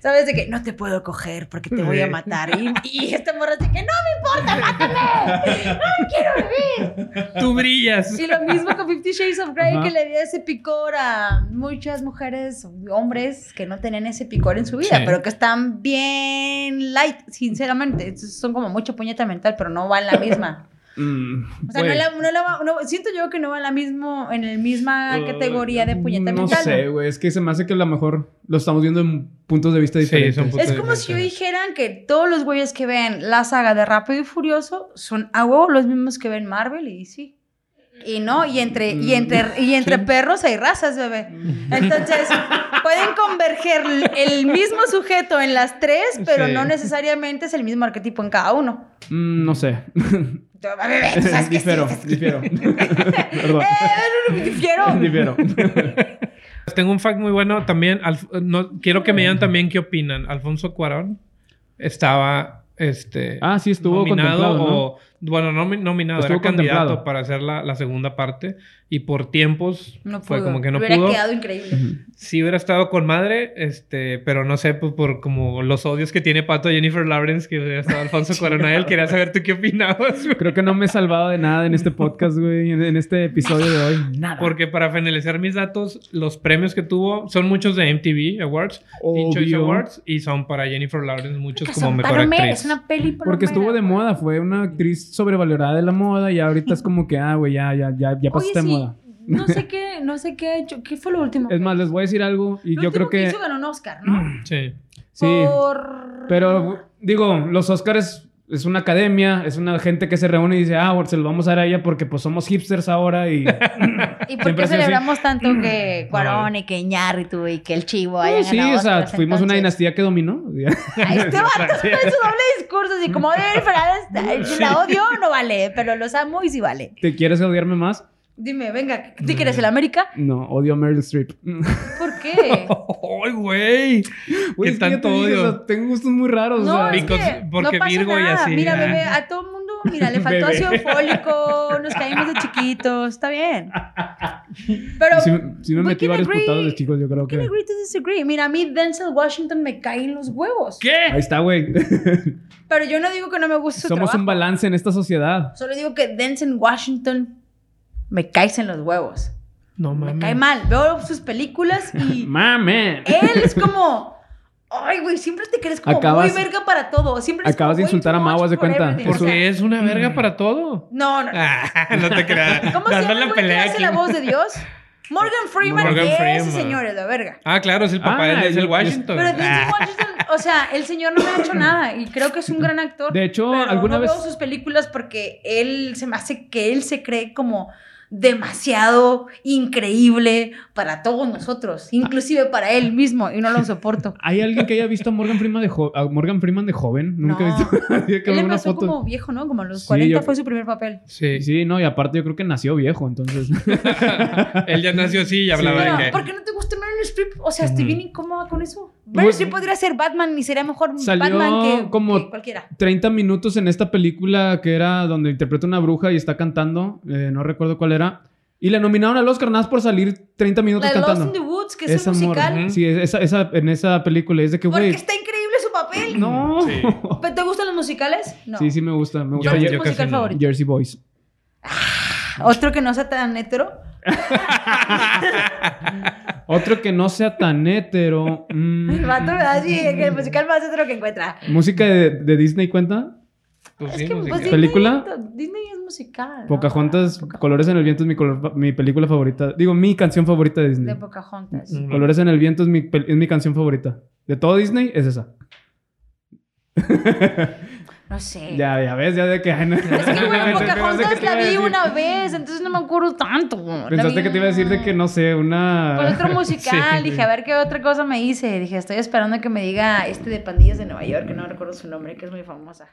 Speaker 3: ¿Sabes? De que no te puedo coger porque te voy a
Speaker 2: Sí.
Speaker 3: matar. Y, y esta morra de que no me importa, mátame. No me quiero vivir.
Speaker 2: Tú brillas.
Speaker 3: Y lo mismo con Fifty Shades of Grey,
Speaker 4: Ajá.
Speaker 3: que le dio ese picor a muchas mujeres, hombres que no tenían ese picor en su vida,
Speaker 2: Sí.
Speaker 3: pero que están bien light, sinceramente. Entonces, son como mucha puñeta mental, pero no van la misma.
Speaker 4: Mm,
Speaker 3: O sea, no
Speaker 4: güey,
Speaker 3: la, no la va- no- siento yo que no van la mismo, en la misma categoría de puñeta
Speaker 4: No
Speaker 3: mental.
Speaker 4: sé, güey. Es que se me hace que a lo mejor lo estamos viendo en puntos de vista
Speaker 2: Sí,
Speaker 4: diferentes.
Speaker 2: son puntos
Speaker 3: Es como si yo dijeran que todos los güeyes que ven la saga de Rápido y Furioso son a huevo los mismos que ven Marvel y DC. Y no, y entre, y entre, y entre perros hay razas, bebé. Entonces, pueden converger l- el mismo sujeto en las tres, pero
Speaker 2: Sí.
Speaker 3: no necesariamente es el mismo arquetipo en cada uno.
Speaker 4: Mm, no sé.
Speaker 3: Toma, bebé, tú sabes que sí,
Speaker 4: difiero,
Speaker 3: sabes que-
Speaker 4: difiero. Perdón.
Speaker 3: Eh, difiero.
Speaker 4: Difiero.
Speaker 2: Tengo un fact muy bueno también. Alf- no, quiero que me digan también qué opinan. Alfonso Cuarón estaba este,
Speaker 4: Ah, sí, estuvo
Speaker 2: nominado
Speaker 4: contemplado, ¿no?
Speaker 2: o... Bueno, no mi- nominado.
Speaker 4: Estuvo
Speaker 2: era candidato
Speaker 4: contemplado.
Speaker 2: para hacer la, la segunda parte. Y por tiempos
Speaker 3: No
Speaker 2: fue
Speaker 3: pudo.
Speaker 2: como que no
Speaker 3: Hubiera
Speaker 2: pudo.
Speaker 3: quedado increíble.
Speaker 2: Sí hubiera estado con madre, este, pero no sé, pues, por como los odios que tiene Pato a Jennifer Lawrence, que hubiera estado Alfonso Cuarón a él. Quería saber tú qué opinabas, güey.
Speaker 4: Creo que no me he salvado de nada en este podcast, güey. En, en este episodio de hoy. Nada.
Speaker 2: Porque para finalizar mis datos, los premios que tuvo son muchos de MTV Awards, Teen Choice
Speaker 4: Obvio.
Speaker 2: Awards y son para Jennifer Lawrence muchos
Speaker 3: Que
Speaker 2: como
Speaker 3: Pues son
Speaker 2: mejor
Speaker 3: palomera,
Speaker 2: actriz.
Speaker 3: Es una peli palomera.
Speaker 4: Porque estuvo de moda,
Speaker 3: pues.
Speaker 4: fue una actriz sobrevalorada de la moda y ahorita es como que, ah, güey, ya, ya, ya, ya
Speaker 3: Oye,
Speaker 4: pasaste de
Speaker 3: sí,
Speaker 4: moda.
Speaker 3: No sé qué, no sé qué ha hecho. ¿Qué fue lo último?
Speaker 4: Es más, les voy a decir algo y
Speaker 3: Lo
Speaker 4: yo
Speaker 3: último
Speaker 4: creo que...
Speaker 3: hizo ganó un Oscar, ¿no?
Speaker 2: Sí.
Speaker 4: Sí,
Speaker 3: Por...
Speaker 4: pero digo, los Oscars es una academia, es una gente que se reúne y dice, ah, se lo vamos a dar a ella porque pues somos hipsters ahora y...
Speaker 3: ¿Y por
Speaker 4: siempre
Speaker 3: qué
Speaker 4: ha sido así.
Speaker 3: celebramos tanto que Cuarón
Speaker 2: vale.
Speaker 3: y que Iñárritu y que el Chivo
Speaker 4: Sí,
Speaker 3: hayan
Speaker 4: Pues sí,
Speaker 3: ganado
Speaker 4: o sea,
Speaker 3: Oscars,
Speaker 4: fuimos una
Speaker 3: entonces-
Speaker 4: dinastía que dominó.
Speaker 3: A este vato es su doble discurso, así como de Fernández, la odio, no vale, pero los amo y sí vale.
Speaker 4: ¿Te quieres odiarme más?
Speaker 3: Dime, venga, ¿tú quieres el América?
Speaker 4: No, odio a Meryl Streep.
Speaker 3: ¿Por qué?
Speaker 2: ¡Ay, güey!
Speaker 4: Güey,
Speaker 2: ¡Qué
Speaker 4: es que ya
Speaker 2: tanto
Speaker 4: te dije,
Speaker 2: odio!
Speaker 4: o sea, tengo gustos muy raros. o
Speaker 3: No,
Speaker 4: sea.
Speaker 3: es
Speaker 2: Vicos-
Speaker 3: que
Speaker 2: porque
Speaker 3: no pasa
Speaker 2: Virgo y
Speaker 3: nada.
Speaker 2: así,
Speaker 3: Mira,
Speaker 2: ah.
Speaker 3: bebé, a todo mundo, mira, le faltó
Speaker 4: Bebé.
Speaker 3: ácido fólico, nos caímos de chiquitos, está bien. Pero
Speaker 4: Sí, sí me
Speaker 3: we
Speaker 4: metí
Speaker 3: can
Speaker 4: varios
Speaker 3: agree-
Speaker 4: putados de chicos, yo creo
Speaker 3: we can
Speaker 4: que...
Speaker 3: agree to disagree. Mira, a mí Denzel Washington me cae en los huevos.
Speaker 4: Ahí
Speaker 2: ¿Qué?
Speaker 4: está, güey.
Speaker 3: Pero yo no digo que no me guste su
Speaker 4: Somos
Speaker 3: trabajo.
Speaker 4: un balance en esta sociedad.
Speaker 3: Solo digo que Denzel Washington me caes en los huevos.
Speaker 2: No
Speaker 3: Me cae
Speaker 4: Mm.
Speaker 2: mames.
Speaker 3: mal. Veo sus películas y
Speaker 4: Mame.
Speaker 3: él es como. Ay, güey, siempre te crees como
Speaker 4: Acabas-
Speaker 3: muy verga para todo. Siempre eres
Speaker 4: acabas
Speaker 3: como
Speaker 4: de
Speaker 3: way
Speaker 4: insultar a
Speaker 3: too
Speaker 4: Mau,
Speaker 3: much
Speaker 4: haz de
Speaker 3: for
Speaker 4: cuenta.
Speaker 3: everything. O sea,
Speaker 2: Porque es una
Speaker 4: Mm.
Speaker 2: verga para todo.
Speaker 3: No, no. no.
Speaker 2: Ah, no te creas.
Speaker 3: ¿Cómo se
Speaker 2: Dando
Speaker 3: llama
Speaker 2: la
Speaker 3: el güey que
Speaker 2: pelea
Speaker 3: hace
Speaker 2: aquí.
Speaker 3: la voz de Dios? Morgan Freeman,
Speaker 2: Morgan
Speaker 3: ese
Speaker 2: Freeman.
Speaker 3: señor es la verga.
Speaker 2: Ah, claro, es el papá
Speaker 4: Ah,
Speaker 2: de Denzel
Speaker 4: yo-
Speaker 2: Washington.
Speaker 3: Pero Denzel
Speaker 2: Ah.
Speaker 3: Washington, o sea, el señor no me ha hecho nada y creo que es un gran actor.
Speaker 4: De hecho,
Speaker 3: pero
Speaker 4: alguna
Speaker 3: no
Speaker 4: vez-
Speaker 3: veo sus películas porque él se me hace que él se cree como demasiado increíble para todos nosotros, inclusive para él mismo, y no lo soporto.
Speaker 4: ¿Hay alguien que haya visto a Morgan Freeman de, jo- a Morgan Freeman de joven? Nunca he
Speaker 3: No.
Speaker 4: visto a nadie que
Speaker 3: Él
Speaker 4: vea una
Speaker 3: empezó
Speaker 4: foto.
Speaker 3: como viejo, ¿no? Como a los
Speaker 4: Sí,
Speaker 3: 40
Speaker 4: yo-
Speaker 3: fue su primer papel.
Speaker 2: Sí.
Speaker 4: Sí, no, y aparte yo creo que nació viejo, entonces.
Speaker 2: Él ya nació así y hablaba
Speaker 3: Pero,
Speaker 2: de que.
Speaker 3: ¿por qué no te gusta Meryl Streep? O sea, estoy
Speaker 4: Ujú.
Speaker 3: bien incómoda con eso.
Speaker 4: Bueno,
Speaker 3: Meryl Streep podría ser Batman y sería mejor
Speaker 4: salió
Speaker 3: Batman que,
Speaker 4: como-
Speaker 3: que cualquiera.
Speaker 4: 30 minutos en esta película que era donde interpreta una bruja y está cantando, eh, no recuerdo cuál era. Y le nominaron al Oscar nada más por salir 30 minutos
Speaker 3: La de Lost in the
Speaker 4: cantando.
Speaker 3: Woods, que es un
Speaker 4: Esa
Speaker 3: musical.
Speaker 4: morra. Sí, esa, esa- en esa película. Es de que,
Speaker 3: Porque
Speaker 4: güey,
Speaker 3: está increíble su papel.
Speaker 4: no.
Speaker 2: Sí.
Speaker 3: ¿Pero te gustan los musicales? No.
Speaker 4: Sí, sí me gusta. Me gusta
Speaker 3: ¿Cuál es
Speaker 4: Jer-
Speaker 3: tu
Speaker 2: yo casi
Speaker 3: musical
Speaker 2: no.
Speaker 3: favorito?
Speaker 4: Jersey Boys.
Speaker 3: Otro que no sea tan hetero.
Speaker 4: Otro que no sea tan hétero. mm,
Speaker 3: El vato me da así, que el musical más hetero que encuentra.
Speaker 4: ¿Música de, de Disney cuenta?
Speaker 2: Pues
Speaker 3: Es
Speaker 2: sí,
Speaker 3: que,
Speaker 2: no sé
Speaker 3: pues,
Speaker 2: qué.
Speaker 4: sí. ¿Película?
Speaker 3: Disney, Disney es musical. ¿no?
Speaker 4: Pocahontas,
Speaker 3: Poca-
Speaker 4: Colores en el Viento es mi, color fa- mi película favorita. Digo, mi canción favorita de Disney.
Speaker 3: De Pocahontas.
Speaker 2: Mm.
Speaker 4: Colores en el Viento es mi, pel- es mi canción favorita. De todo Disney es esa.
Speaker 3: No sé.
Speaker 4: Ya, ya ves, ya de que... ay, no.
Speaker 3: Es que bueno,
Speaker 4: Pensé- pensé que
Speaker 3: Pocahontas
Speaker 4: te iba
Speaker 3: la
Speaker 4: a
Speaker 3: vi
Speaker 4: decir-
Speaker 3: una vez, entonces no me acuerdo tanto. La
Speaker 4: Pensaste
Speaker 3: vi-
Speaker 4: que te iba a decir de que, no sé, una...
Speaker 3: Con otro musical,
Speaker 4: Sí.
Speaker 3: dije, a ver qué otra cosa me hice. Dije, estoy esperando que me diga este de Pandillas de Nueva York, que no recuerdo su nombre, que es muy famosa.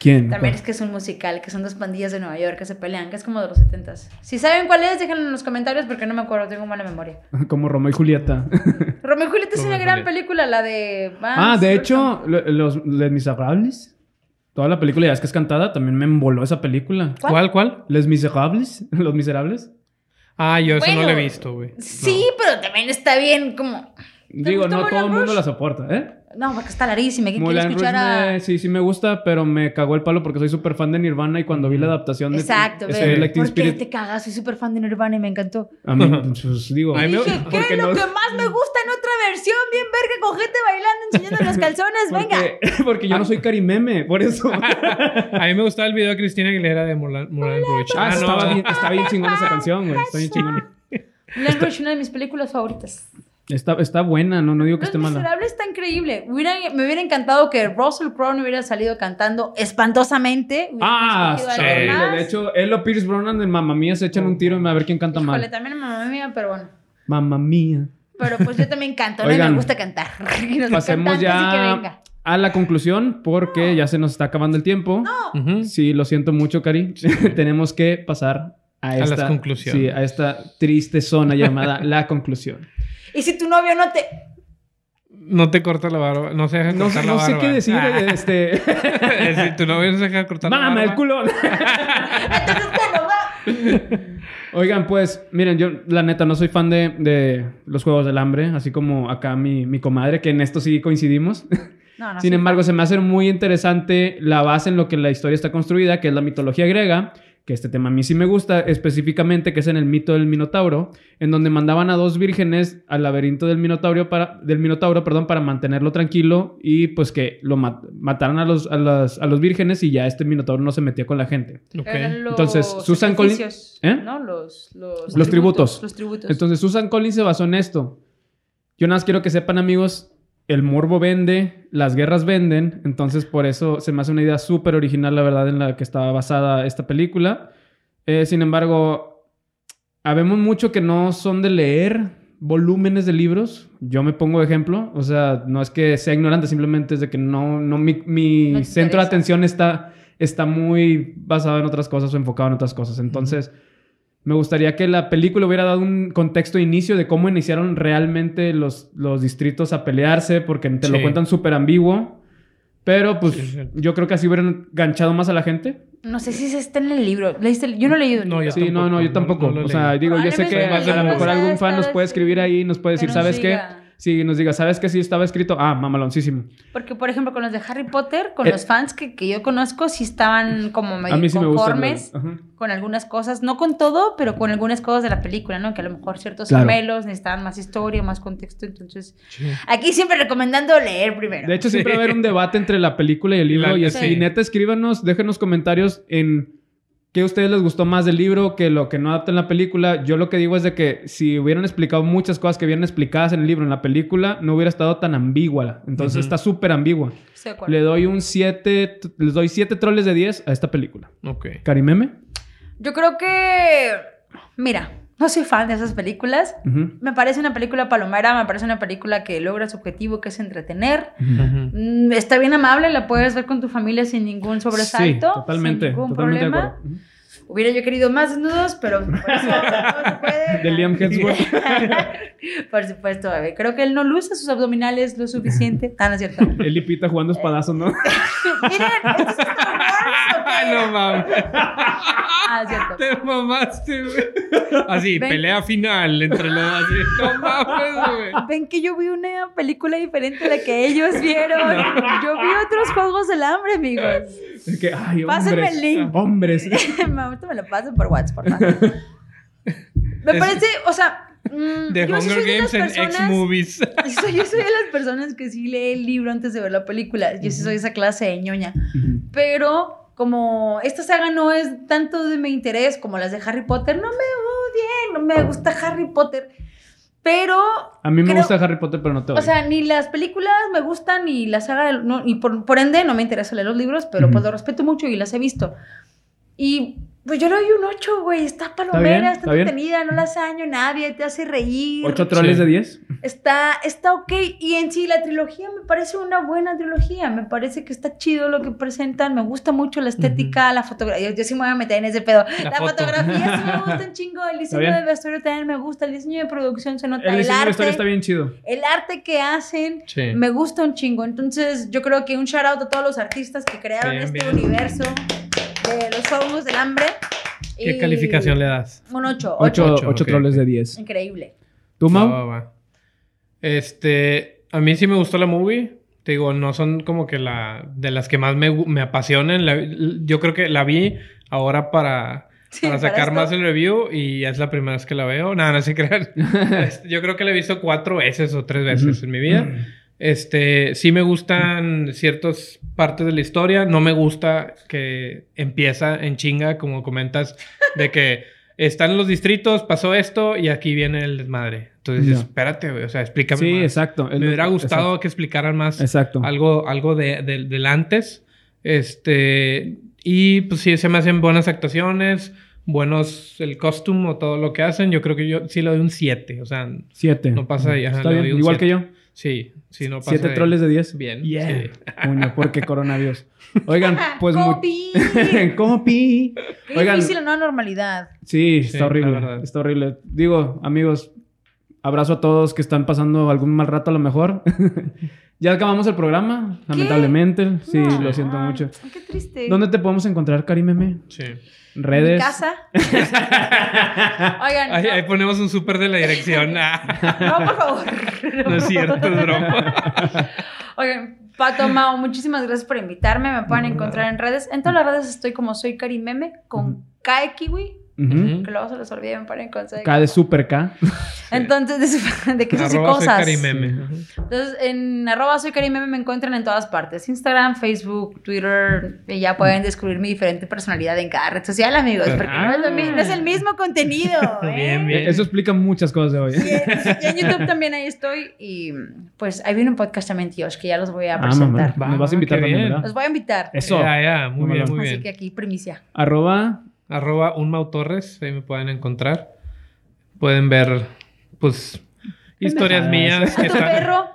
Speaker 4: ¿Quién?
Speaker 3: También es que es un musical, que son dos pandillas de Nueva York que se pelean, que es como de los 70 Si saben cuál es, déjenlo en los comentarios porque no me acuerdo, tengo mala memoria.
Speaker 4: Como Romeo y Julieta.
Speaker 3: Romeo y Julieta es
Speaker 2: Romeo
Speaker 3: una
Speaker 2: y
Speaker 3: gran
Speaker 2: Julieta.
Speaker 3: película, la de... Vans,
Speaker 4: Ah, de
Speaker 3: Rolling Stone.
Speaker 4: hecho, lo- Los Les Miserables. Toda la película, ya es que es cantada, también me emboló esa película.
Speaker 2: ¿Cuál, cuál?
Speaker 4: Les Miserables. Los Miserables.
Speaker 2: Ah, yo eso no
Speaker 3: Bueno,
Speaker 2: lo he visto, güey. No.
Speaker 3: Sí, pero también está bien como...
Speaker 4: Digo,
Speaker 3: gusta
Speaker 4: no
Speaker 3: Moulin
Speaker 4: todo el mundo
Speaker 3: Rouge?
Speaker 4: la soporta, ¿eh?
Speaker 3: No, porque está larguísima, que quiero
Speaker 4: Moulin Rouge
Speaker 3: escuchar a...
Speaker 4: me- sí, sí me gusta, pero me cagó el palo porque soy súper fan de Nirvana y cuando vi la adaptación de
Speaker 3: Exacto,
Speaker 4: ese
Speaker 3: ve,
Speaker 4: Electric
Speaker 3: ¿por qué
Speaker 4: Spirit,
Speaker 3: te cagas? Soy súper fan de Nirvana y me encantó.
Speaker 4: a mí, pues, digo,
Speaker 2: A mí me-
Speaker 3: Dije, ¿qué
Speaker 4: porque
Speaker 3: es lo
Speaker 4: no-
Speaker 3: que más me gusta en otra versión? Bien verga con gente bailando, enseñando los calzones, venga.
Speaker 4: porque, porque yo no soy carimeme, por eso.
Speaker 2: Ah, A mí me gustaba el video de Cristina Aguilera de Moulin Moulin Rouge.
Speaker 4: Ah,
Speaker 2: Ah, no.
Speaker 4: estaba, bien, está bien chingona esa canción, güey. Está bien chingona.
Speaker 3: Moulin Rouge, una de mis películas favoritas.
Speaker 4: Está, está buena, no, no digo que
Speaker 3: Los
Speaker 4: esté mala.
Speaker 3: Miserables está increíble. Hubiera- me hubiera encantado que Russell Crowe hubiera salido cantando espantosamente. Hubiera
Speaker 4: Ah,
Speaker 3: escogido a
Speaker 4: sí.
Speaker 3: alguien más.
Speaker 4: De hecho, él o Pierce Brosnan en Mamma Mía se echan un tiro y a ver quién canta
Speaker 3: Híjole,
Speaker 4: mal.
Speaker 3: también mamá mía, pero bueno.
Speaker 4: Mamma Mía.
Speaker 3: Pero pues yo también canto, no Y me
Speaker 4: Oigan,
Speaker 3: gusta cantar. Y no soy
Speaker 4: Pasemos
Speaker 3: cantante, así que venga.
Speaker 4: ya a la conclusión porque ya se nos está acabando el tiempo.
Speaker 2: Ujú.
Speaker 4: Sí, lo siento mucho, Cari. Tenemos que pasar a, esta,
Speaker 2: las conclusiones.
Speaker 4: Sí, a esta triste zona llamada la conclusión.
Speaker 3: Y si tu novio no te...
Speaker 2: No te corta la barba. No se deja
Speaker 4: No,
Speaker 2: cortar
Speaker 4: sé-
Speaker 2: la
Speaker 4: no
Speaker 2: barba.
Speaker 4: sé qué decir. Este,
Speaker 2: si tu novio no se deja cortar la barba.
Speaker 4: mama el culo.
Speaker 3: Entonces, bueno, va.
Speaker 4: Oigan, pues, miren, yo la neta no soy fan de, de los juegos del hambre, así como acá mi, mi comadre, que en esto sí coincidimos.
Speaker 3: No, no,
Speaker 4: Sin
Speaker 3: sí.
Speaker 4: embargo, se me hace muy interesante la base en lo que la historia está construida, que es la mitología griega, que este tema a mí sí me gusta, específicamente que es en el mito del Minotauro, en donde mandaban a dos vírgenes al laberinto del Minotauro para, del Minotauro, perdón, para mantenerlo tranquilo y pues que lo mat- mataran a los, a, las- a los vírgenes y ya este Minotauro no se metía con la gente.
Speaker 2: Ok.
Speaker 3: Eran los
Speaker 4: Entonces, Susan Collins-
Speaker 3: sacrificios,
Speaker 4: ¿Eh?
Speaker 3: ¿no? Los, los,
Speaker 4: Los tributos.
Speaker 3: Los tributos.
Speaker 4: Entonces Susan Collins se basó en esto. Yo nada más quiero que sepan amigos, el morbo vende, las guerras venden, entonces por eso se me hace una idea súper original la verdad en la que estaba basada esta película. Eh, sin embargo, habemos mucho que no son de leer volúmenes de libros. Yo me pongo de ejemplo, o sea, no es que sea ignorante, simplemente es de que no, no mi, mi
Speaker 3: No te
Speaker 4: centro de
Speaker 3: interesa.
Speaker 4: atención está, está muy basado en otras cosas o enfocado en otras cosas. Entonces... Me gustaría que la película hubiera dado un contexto de inicio de cómo iniciaron realmente los, los distritos a pelearse, porque te lo
Speaker 2: Sí.
Speaker 4: cuentan súper ambiguo. Pero pues
Speaker 2: Sí, es cierto.
Speaker 4: yo creo que así hubieran ganchado más a la gente.
Speaker 3: No sé si se está en el libro. ¿Leíste el- Yo no he leído el
Speaker 2: No,
Speaker 3: libro.
Speaker 2: yo
Speaker 4: sí, no, no, yo tampoco.
Speaker 2: no lo
Speaker 4: o sea,
Speaker 2: leí.
Speaker 4: digo, yo sé que a,
Speaker 2: Probablemente
Speaker 4: a lo mejor
Speaker 2: no.
Speaker 4: algún fan nos puede escribir ahí y nos puede decir,
Speaker 3: Pero
Speaker 4: ¿sabes qué?
Speaker 3: siga.
Speaker 4: Sí, nos diga, ¿sabes qué? Sí, estaba escrito. Ah, mamaloncísimo.
Speaker 3: Porque, por ejemplo, con los de Harry Potter, con
Speaker 4: Eh.
Speaker 3: los fans que, que yo conozco, sí estaban como medio
Speaker 4: A mí sí me gusta.
Speaker 3: conformes
Speaker 4: la- ajá.
Speaker 3: con algunas cosas. No con todo, pero con algunas cosas de la película, ¿no? Que a lo mejor ciertos
Speaker 4: Claro.
Speaker 3: gemelos necesitaban más historia, más contexto. Entonces,
Speaker 2: Sí.
Speaker 3: aquí siempre recomendando leer primero.
Speaker 4: De hecho, siempre va a haber un debate entre la película y el libro.
Speaker 2: La-
Speaker 4: y así,
Speaker 2: sí.
Speaker 4: neta, escríbanos, déjenos comentarios en qué a ustedes les gustó más del libro que lo que no adapta en la película. Yo lo que digo es de que si hubieran explicado muchas cosas que vienen explicadas en el libro, en la película, no hubiera estado tan ambigua. Entonces
Speaker 2: Ujú.
Speaker 4: está súper ambigua.
Speaker 3: Estoy de acuerdo.
Speaker 4: Le doy un 7, les doy 7 troles de 10 a esta película.
Speaker 2: Ok.
Speaker 4: Karimeme.
Speaker 3: Yo creo que Mira, no soy fan de esas películas.
Speaker 4: Ujú.
Speaker 3: Me parece una película palomera, me parece una película que logra su objetivo, que es entretener.
Speaker 2: Ujú.
Speaker 3: Mm, Está bien amable, la puedes ver con tu familia sin ningún sobresalto.
Speaker 4: Sí, totalmente.
Speaker 3: sin ningún
Speaker 4: totalmente de
Speaker 3: problema.
Speaker 4: acuerdo. Ujú.
Speaker 3: Hubiera yo querido más desnudos, pero por eso no se puede.
Speaker 4: De Liam Hemsworth.
Speaker 3: Por supuesto, bebé. Creo que él no luce sus abdominales lo suficiente. Ah, no es cierto. Miren,
Speaker 4: El Lipita jugando espadazo, ¿no?
Speaker 3: ¿esto es Star Wars o qué?
Speaker 2: no mames.
Speaker 3: Ah, es cierto.
Speaker 2: Te mamaste, güey. Así,
Speaker 3: Ven.
Speaker 2: pelea final entre los así. No mames, güey.
Speaker 3: Ven que yo vi una película diferente a la que ellos vieron. Yo vi otros juegos del hambre, amigos.
Speaker 4: Es que, ay,
Speaker 3: Pásenme
Speaker 4: hombres.
Speaker 3: el link.
Speaker 4: Hombres.
Speaker 3: Ma, Ahorita me lo pasan por WhatsApp, por favor. Me
Speaker 2: Es-
Speaker 3: parece, o sea. mm,
Speaker 2: The
Speaker 3: yo sí
Speaker 2: Hunger
Speaker 3: soy de las
Speaker 2: Games en
Speaker 3: personas-
Speaker 2: X-Movies.
Speaker 3: soy- Yo soy de las personas que sí lee el libro antes de ver la película. Yo sí soy esa clase de ñoña.
Speaker 4: Ujú.
Speaker 3: Pero como esta saga no es tanto de mi interés como las de Harry Potter, no me odien, no me gusta Harry Potter. Pero,
Speaker 4: A mí me
Speaker 3: Creo-
Speaker 4: gusta Harry Potter, pero no te
Speaker 3: o
Speaker 4: odio.
Speaker 3: sea, ni las películas me gustan, ni la saga, del- no, y por, por ende no me interesa leer los libros, pero
Speaker 4: Ujú.
Speaker 3: pues los respeto mucho y las he visto. Y pues yo le doy un 8, güey, está palomera,
Speaker 4: bien,
Speaker 3: está,
Speaker 4: está bien.
Speaker 3: entretenida, no las daño a nadie, te hace reír.
Speaker 4: ¿Ocho troles
Speaker 2: Sí.
Speaker 4: de 10?
Speaker 3: Está, está ok. Y en sí, la trilogía me parece una buena trilogía. Me parece que está chido lo que presentan. Me gusta mucho la estética, la fotografía. Yo, yo sí me voy a meter en ese pedo. La,
Speaker 2: foto.
Speaker 3: fotografía sí me gusta un chingo. El diseño
Speaker 4: bien.
Speaker 3: de vestuario también me gusta. El diseño de producción se nota.
Speaker 4: El
Speaker 3: El,
Speaker 4: diseño de la historia
Speaker 3: arte.
Speaker 4: está bien chido.
Speaker 3: El arte que hacen
Speaker 2: Sí.
Speaker 3: me gusta un chingo. Entonces, yo creo que un shout out a todos los artistas que crearon
Speaker 2: Bien,
Speaker 3: este
Speaker 2: bien.
Speaker 3: universo de los Juegos del Hambre.
Speaker 2: ¿Qué
Speaker 3: Y
Speaker 2: calificación le das?
Speaker 3: Un 8. 8.
Speaker 4: Ocho,
Speaker 2: Ocho,
Speaker 4: ocho
Speaker 2: ok,
Speaker 4: troles
Speaker 2: ok.
Speaker 4: de 10.
Speaker 3: Increíble.
Speaker 4: ¿Tú, Mau?
Speaker 2: Va, va, va. Este, a mí sí me gustó la movie. Te digo, no son como que la de las que más me, gu- me apasionan. La- yo creo que la vi ahora para,
Speaker 3: Sí,
Speaker 2: para
Speaker 3: para
Speaker 2: sacar
Speaker 3: esto.
Speaker 2: más el review y es la primera vez que la veo. Nada, no se crean. Este, yo creo que la he visto cuatro veces o tres veces en mi
Speaker 4: Mm.
Speaker 2: vida. Este, sí me gustan ciertas partes de la historia. No me gusta que empieza en chinga, como comentas, de que están los distritos, pasó esto y aquí viene el desmadre. Entonces,
Speaker 4: Ya.
Speaker 2: espérate, güey, o sea, explícame.
Speaker 4: Sí,
Speaker 2: más.
Speaker 4: exacto.
Speaker 2: Me hubiera gustado que explicaran más
Speaker 4: Exacto.
Speaker 2: algo, algo de, de- del antes. Este, y pues sí, se me hacen buenas actuaciones, buenos el costume o todo lo que hacen. Yo creo que yo sí le doy un 7, o sea,
Speaker 4: 7.
Speaker 2: No pasa ahí, ajá,
Speaker 4: Está
Speaker 2: le
Speaker 4: bien,
Speaker 2: doy un
Speaker 4: igual
Speaker 2: siete.
Speaker 4: que yo.
Speaker 2: sí, sí, no pasa.
Speaker 4: 7
Speaker 2: de-
Speaker 4: troles de 10.
Speaker 2: Bien,
Speaker 4: Yeah.
Speaker 2: sí.
Speaker 4: Coño, porque coronavirus. Oigan, pues. mu-
Speaker 3: Copy.
Speaker 4: Copy.
Speaker 3: Qué
Speaker 4: Oigan,
Speaker 3: difícil la nueva normalidad.
Speaker 4: Sí,
Speaker 2: Sí,
Speaker 4: está
Speaker 2: la
Speaker 4: horrible.
Speaker 2: verdad.
Speaker 4: Está horrible. Digo, amigos, abrazo a todos que están pasando algún mal rato a lo mejor. ya acabamos el programa, lamentablemente. Sí,
Speaker 3: No,
Speaker 4: lo siento
Speaker 3: ay,
Speaker 4: mucho.
Speaker 3: Qué triste.
Speaker 4: ¿Dónde te podemos encontrar, Karimeme?
Speaker 2: Sí.
Speaker 3: ¿En mi
Speaker 4: Redes.
Speaker 3: casa? Oigan,
Speaker 2: Ahí,
Speaker 3: no,
Speaker 2: ahí ponemos un súper de la dirección. Ah,
Speaker 3: no, por favor.
Speaker 2: no es cierto, es broma.
Speaker 3: Oigan, Pato Mao, muchísimas gracias por invitarme. Me pueden encontrar en redes. En todas las redes estoy como soy Karimeme con K de Kiwi.
Speaker 4: Ujú.
Speaker 3: Que luego se los olvide, me pueden encontrar.
Speaker 4: K de Super K.
Speaker 3: Entonces, de, de quesos y
Speaker 2: Arroba soy
Speaker 3: cosas.
Speaker 2: Karimeme.
Speaker 3: Entonces, en arroba soy Karimeme me encuentran en todas partes. Instagram, Facebook, Twitter. Y ya pueden descubrir mi diferente personalidad en cada red social, amigos. Porque no, es lo mi- no es
Speaker 4: ah.
Speaker 3: el mismo contenido. ¿eh?
Speaker 2: Bien, bien.
Speaker 4: Eso explica muchas cosas de hoy.
Speaker 3: Y en, y en YouTube también ahí estoy. Y pues ahí viene un podcast también, tíos, que ya los voy a
Speaker 4: Ah, mamá.
Speaker 3: presentar.
Speaker 2: Va,
Speaker 4: Nos vas a
Speaker 2: va,
Speaker 4: invitar
Speaker 2: qué
Speaker 4: también,
Speaker 2: bien.
Speaker 3: los
Speaker 4: ¿verdad?
Speaker 3: voy a invitar.
Speaker 4: Eso.
Speaker 2: Ya, ya, muy
Speaker 4: Muy
Speaker 2: bien,
Speaker 4: bien.
Speaker 2: muy
Speaker 3: Así
Speaker 2: bien.
Speaker 3: que aquí, primicia.
Speaker 4: Arroba.
Speaker 2: Arroba Unmau Torres, ahí me pueden encontrar. Pueden ver, pues, historias mías.
Speaker 3: A
Speaker 2: que
Speaker 3: tu
Speaker 2: están-
Speaker 3: perro,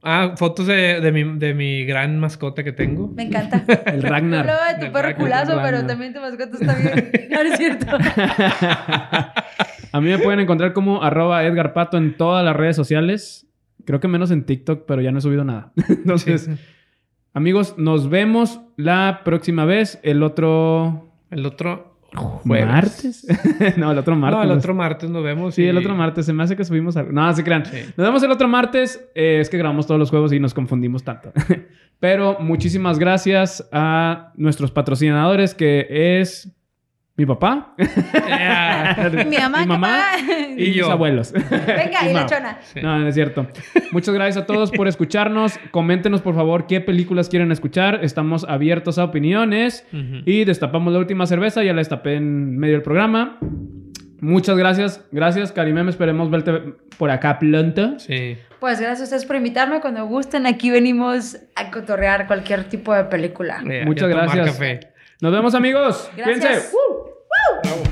Speaker 2: Ah, fotos de, de mi, de mi gran mascota que tengo.
Speaker 3: me encanta.
Speaker 4: El
Speaker 3: Yo
Speaker 4: Ragnar.
Speaker 3: hablaba de tu
Speaker 2: Me
Speaker 3: perro
Speaker 2: trae
Speaker 3: culazo,
Speaker 4: con
Speaker 3: pero
Speaker 4: lana.
Speaker 3: también tu mascota está bien. No, no es cierto.
Speaker 4: A mí me pueden encontrar como arroba Edgar Pato en todas las redes sociales. Creo que menos en TikTok, pero ya no he subido nada. Entonces,
Speaker 2: Sí.
Speaker 4: amigos, nos vemos la próxima vez. El otro
Speaker 2: El otro jueves.
Speaker 4: martes. no, el otro martes.
Speaker 2: Oh, No, el otro martes nos vemos.
Speaker 4: Sí, el
Speaker 2: y-
Speaker 4: otro martes. Se me hace que subimos algo. No, no se crean.
Speaker 2: Sí.
Speaker 4: Nos vemos el otro martes. Eh, es que grabamos todos los juegos y nos confundimos tanto. Pero muchísimas gracias a nuestros patrocinadores, que es mi papá,
Speaker 2: Ya.
Speaker 3: Mi mamá,
Speaker 4: Mi mamá
Speaker 3: ¿qué
Speaker 4: y,
Speaker 2: Y
Speaker 4: mis
Speaker 2: yo.
Speaker 4: abuelos.
Speaker 3: más? Venga, y
Speaker 4: Mao.
Speaker 3: lechona.
Speaker 2: Sí.
Speaker 4: No, no es cierto. Muchas gracias a todos por escucharnos. Coméntenos, por favor, qué películas quieren escuchar. Estamos abiertos a opiniones.
Speaker 2: Ujú.
Speaker 4: Y destapamos la última cerveza. Ya la destapé en medio del programa. Muchas gracias. Gracias, Karimem. Esperemos verte por acá pronto.
Speaker 2: Sí.
Speaker 3: Pues gracias a ustedes por invitarme. Cuando gusten, aquí venimos a cotorrear cualquier tipo de película.
Speaker 2: Ya,
Speaker 4: Muchas
Speaker 2: ya tomar
Speaker 4: gracias.
Speaker 2: café.
Speaker 4: Nos vemos, amigos.
Speaker 3: Gracias.
Speaker 4: Cuídense.
Speaker 3: ¡Woo!
Speaker 2: Bravo.